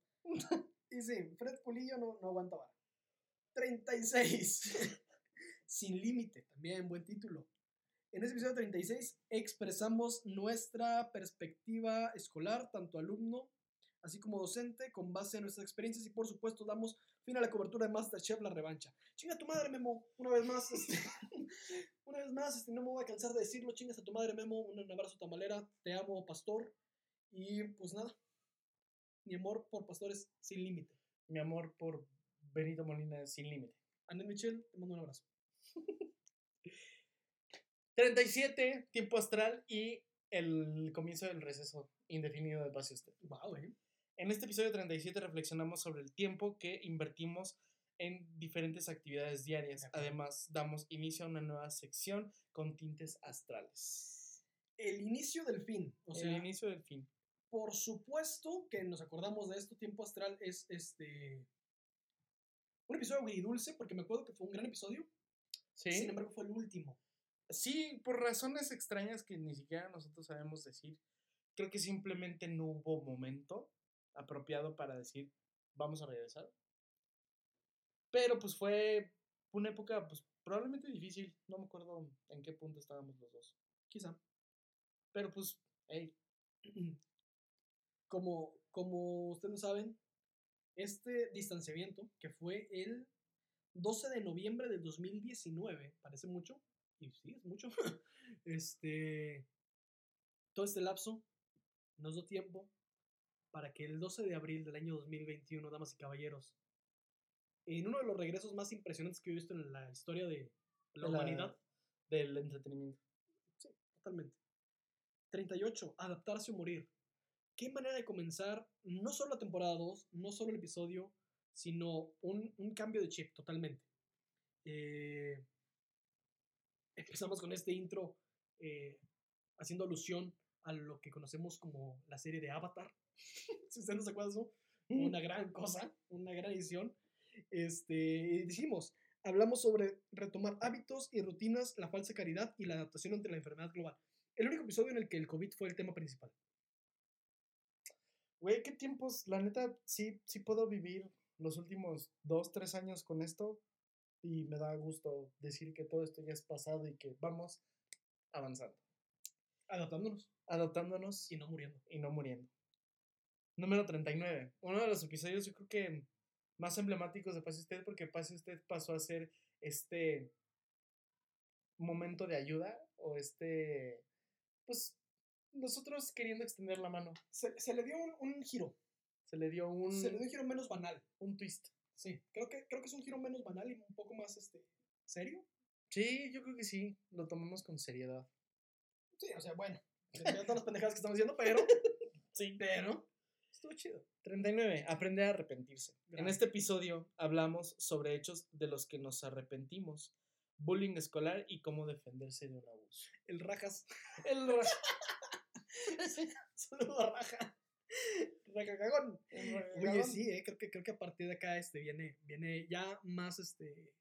S3: y sí, Fred Culillo no, no aguanta vara. 36. Sin límite, también buen título. En este episodio 36 expresamos nuestra perspectiva escolar, tanto alumno así como docente, con base en nuestras experiencias y por supuesto damos fin a la cobertura de Masterchef La Revancha. Chinga tu madre, Memo, una vez más. este, una vez más, este, no me voy a cansar de decirlo, chingas a tu madre, Memo, un abrazo tamalera, te amo, pastor. Y pues nada, mi amor por pastor es sin límite.
S4: Mi amor por Benito Molina es sin límite.
S3: Anel Michel, te mando un abrazo.
S4: 37. Tiempo astral y el comienzo del receso indefinido de Pase Usted.
S3: Wow, eh.
S4: En este episodio 37 reflexionamos sobre el tiempo que invertimos en diferentes actividades diarias. Además, damos inicio a una nueva sección con tintes astrales.
S3: El inicio del fin. O sea,
S4: el inicio del fin.
S3: por supuesto que nos acordamos de esto, Tiempo Astral es este. Un episodio agridulce, porque me acuerdo que fue un gran episodio. Sin
S4: ¿Sí?
S3: embargo, fue el último.
S4: sí, por razones extrañas que ni siquiera nosotros sabemos decir. Creo que simplemente no hubo momento apropiado para decir, vamos a regresar. Pero pues fue una época pues, probablemente difícil. No me acuerdo en qué punto estábamos los dos.
S3: Quizá.
S4: Pero pues, hey,
S3: Mm. Como, como ustedes saben, este distanciamiento, que fue el 12 de noviembre del 2019, parece mucho, y sí, es mucho, este, todo este lapso nos dio tiempo para que el 12 de abril del año 2021, damas y caballeros, en uno de los regresos más impresionantes que he visto en la historia de la
S4: de la-
S3: humanidad,
S4: del entretenimiento.
S3: Totalmente. 38. Adaptarse o morir. Qué manera de comenzar no solo la temporada 2, no solo el episodio, sino un, un cambio de chip totalmente. Eh, empezamos con este intro eh, haciendo alusión a lo que conocemos como la serie de Avatar. si ustedes no se acuerdan, ¿no? una gran cosa, una gran edición. Este, y dijimos, hablamos sobre retomar hábitos y rutinas, la falsa caridad y la adaptación ante la enfermedad global. El único episodio en el que el COVID fue el tema principal.
S4: Güey, qué tiempos. La neta, sí, sí puedo vivir los últimos dos, tres años con esto. Y me da gusto decir que todo esto ya es pasado y que vamos avanzando.
S3: Adaptándonos
S4: Adaptándonos
S3: y
S4: y,
S3: no muriendo.
S4: y no muriendo. Número 39. Uno de los episodios, yo creo que más emblemáticos de Pase Usted, porque Pase Usted pasó a ser este momento de ayuda o este. Pues nosotros queriendo extender la mano.
S3: Se, se le dio un, un giro.
S4: Se le dio un.
S3: Se le dio un giro menos banal.
S4: un twist.
S3: Sí, creo que, creo que es un giro menos banal y un poco más este, serio.
S4: Sí, yo creo que sí, lo tomamos con seriedad.
S3: Sí, o sea, bueno. Ya todas las pendejadas que estamos diciendo, pero. sí. Pero. Estuvo chido.
S4: 39. Aprender a arrepentirse. En
S3: Gran.
S4: este episodio hablamos sobre hechos de los que nos arrepentimos, bullying escolar y cómo defenderse de un abuso.
S3: El rajas.
S4: El ra-
S3: Saludo a raja. Raja cagón.
S4: el ra-
S3: Oye, sí, eh, creo, que, creo que a partir de acá este, viene, viene ya más, este,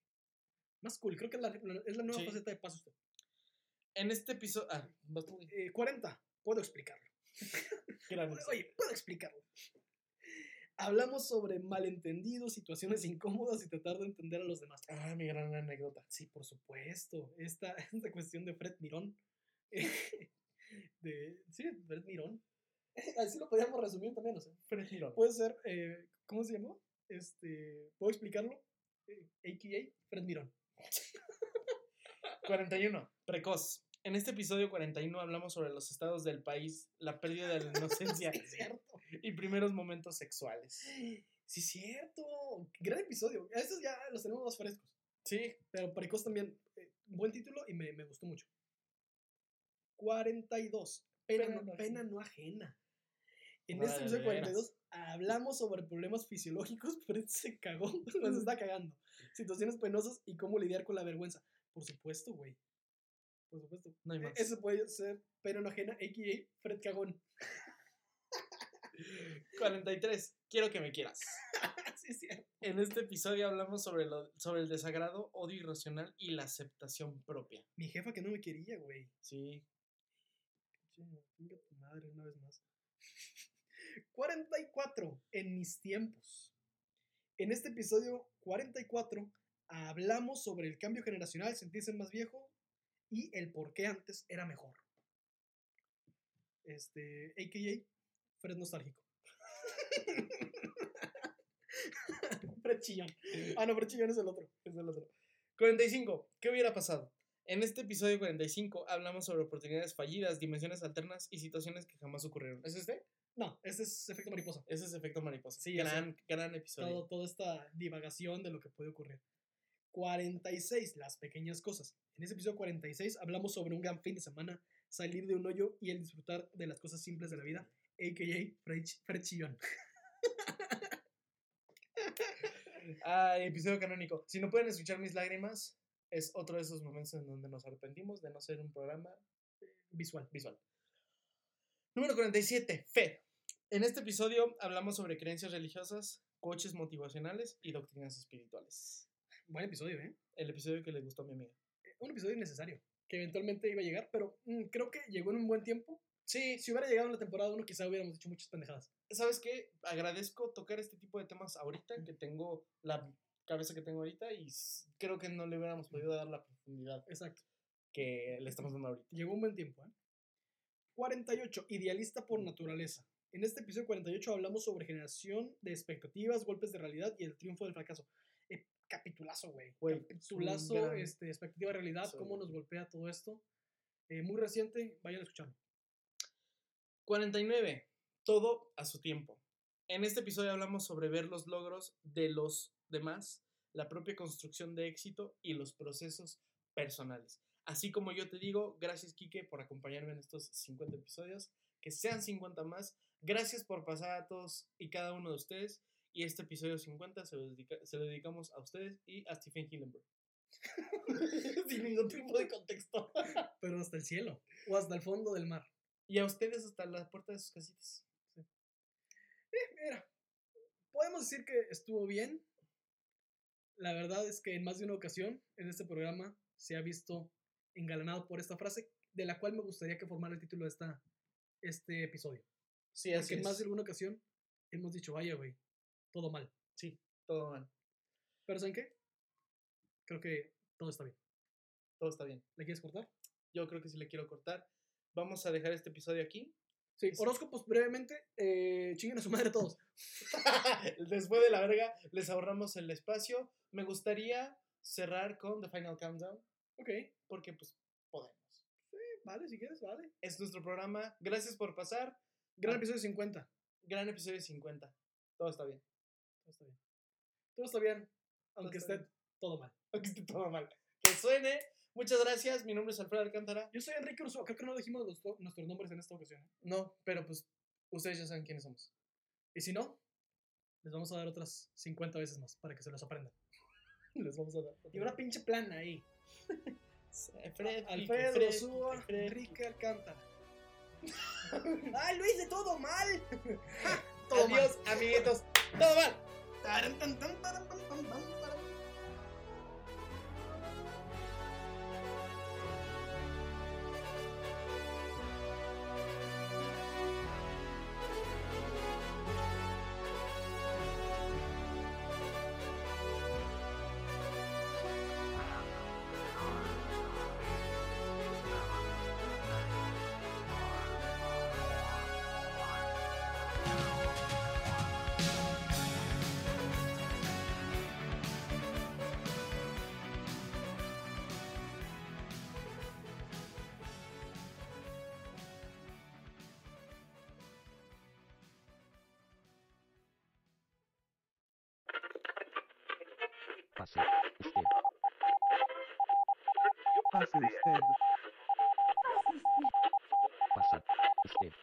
S3: más cool. Creo que la- la- es la nueva
S4: Sí.
S3: faceta de paso. Usted.
S4: En este episodio... Ah, vas tú, güey.
S3: Eh, 40. Puedo explicarlo.
S4: Gracias.
S3: Oye, puedo explicarlo. Hablamos sobre malentendidos, situaciones incómodas y tratar de entender a los demás.
S4: Ah, mi gran anécdota.
S3: Sí, por supuesto. Esta, esta cuestión de Fred Mirón. de, sí, Fred Mirón. Así lo podíamos resumir también, o sea.
S4: Pero giro.
S3: Puede ser, eh, ¿cómo se llamó? Este, ¿Puedo explicarlo? Eh, AKA Fred Mirón.
S4: 41. Precoz. En este episodio 41 hablamos sobre los estados del país, la pérdida de la inocencia
S3: Sí, es cierto.
S4: y primeros momentos sexuales.
S3: Sí, es cierto. Gran episodio. A Estos ya los tenemos más frescos.
S4: Sí,
S3: Pero Precoz también, eh, buen título y me, me gustó mucho. 42. Pena,
S4: Pena
S3: no,
S4: no
S3: pena no ajena. En
S4: Madre
S3: este episodio
S4: de
S3: 42 hablamos sobre problemas fisiológicos, Fred se cagó, nos está cagando. Situaciones penosas y cómo lidiar con la vergüenza. Por supuesto, güey. Por supuesto.
S4: no hay
S3: E-
S4: más.
S3: Eso puede ser pena no ajena, a.k.a. Fred Cagón.
S4: 43. Quiero que me quieras.
S3: sí, es cierto.
S4: En este episodio hablamos sobre, lo- sobre el desagrado, odio irracional y la aceptación propia.
S3: Mi jefa que no me quería, güey.
S4: Sí.
S3: Che, Chinga tu madre una vez más. 44. En mis tiempos. En este episodio 44 hablamos sobre el cambio generacional, sentirse más viejo y el por qué antes era mejor. Este, a.k.a. Fred Nostálgico. Fred Chillón. Ah, no, Fred Chillón es el otro. Es el otro.
S4: 45. ¿Qué hubiera pasado? En este episodio 45 hablamos sobre oportunidades fallidas, dimensiones alternas y situaciones que jamás ocurrieron. ¿Es este?
S3: No, este es efecto mariposa.
S4: Ese es efecto mariposa.
S3: Sí, o sea,
S4: gran, gran episodio.
S3: todo, toda esta divagación de lo que puede ocurrir. 46, las pequeñas cosas. En ese episodio 46 hablamos sobre un gran fin de semana, salir de un hoyo y el disfrutar de las cosas simples de la vida, a.k.a. Fred Ch- Fred Chillón.
S4: Ah, episodio canónico. Si no pueden escuchar mis lágrimas, es otro de esos momentos en donde nos arrepentimos de no ser un programa eh,
S3: Visual.
S4: visual. Número 47, fe. En este episodio hablamos sobre creencias religiosas, coaches motivacionales y doctrinas espirituales.
S3: Buen episodio, ¿eh?
S4: El episodio que le gustó a mi amiga.
S3: Un episodio innecesario, que eventualmente iba a llegar, pero mm, creo que llegó en un buen tiempo. Sí. Si hubiera llegado en la temporada 1, quizá hubiéramos hecho muchas pendejadas.
S4: ¿Sabes qué? Agradezco tocar este tipo de temas ahorita, que tengo la cabeza que tengo ahorita y s- creo que no le hubiéramos podido dar la profundidad
S3: Exacto.
S4: que le estamos dando ahorita.
S3: Llegó un buen tiempo, ¿eh? 48. Idealista por naturaleza. En este episodio 48 hablamos sobre generación de expectativas, golpes de realidad y el triunfo del fracaso. Eh, capitulazo, güey.
S4: Güey,
S3: Capitulazo,
S4: es un gran
S3: este, expectativa, realidad,
S4: episodio.
S3: cómo nos golpea todo esto. Eh, muy reciente, vayan a escucharlo.
S4: 49. Todo a su tiempo. En este episodio hablamos sobre ver los logros de los demás, la propia construcción de éxito y los procesos personales. Así como yo te digo, gracias Quique por acompañarme en estos 50 episodios, que sean 50 más. Gracias por pasar a todos y cada uno de ustedes. Y este episodio 50 se lo, dedica- se lo dedicamos a ustedes y a Stephen Hillenburg.
S3: Sin ningún tipo de contexto. Pero hasta el cielo. O hasta el fondo del mar.
S4: Y a ustedes hasta la puerta de sus casitas.
S3: Eh, Mira, podemos decir que estuvo bien. La verdad es que en más de una ocasión en este programa se ha visto engalanado por esta frase, de la cual me gustaría que formara el título de esta, este episodio.
S4: Sí,
S3: Porque en más de alguna ocasión hemos dicho, vaya, güey, todo mal.
S4: Sí, todo mal.
S3: Pero ¿saben qué? Creo que todo está bien.
S4: Todo está bien.
S3: ¿Le quieres cortar?
S4: Yo creo que sí le quiero cortar. Vamos a dejar este episodio aquí.
S3: Sí, horóscopos brevemente. Eh, chinguen a su madre todos.
S4: Después de la verga, les ahorramos el espacio. Me gustaría cerrar con The Final Countdown,
S3: Ok,
S4: porque pues podemos.
S3: vale, si quieres, vale.
S4: Es nuestro programa. Gracias por pasar.
S3: Gran
S4: Ah.
S3: episodio 50.
S4: Gran episodio 50. Todo está bien.
S3: Todo está bien.
S4: Todo está bien, aunque
S3: está
S4: esté todo mal.
S3: Aunque esté todo mal. Que suene. Muchas gracias. Mi nombre es Alfredo Alcántara.
S4: Yo soy Enrique Ursúa, creo que no dijimos los to- nuestros nombres en esta ocasión. ¿eh?
S3: No, pero pues ustedes ya saben quiénes somos.
S4: Y si no, les vamos a dar otras 50 veces más para que se los aprendan.
S3: Les vamos a dar.
S4: Y una pinche plana ahí.
S3: Fred,
S4: Alfredo
S3: Fred,
S4: Ursúa,
S3: Fred.
S4: Enrique Alcántara. ¡Ay, lo hice todo mal! todo mal.
S3: Adiós, amiguitos. Todo mal.
S4: Taran, tan, tan, taran, tan, tan, tan, taran.
S1: Pase usted.
S2: Pase usted.
S1: Pase usted.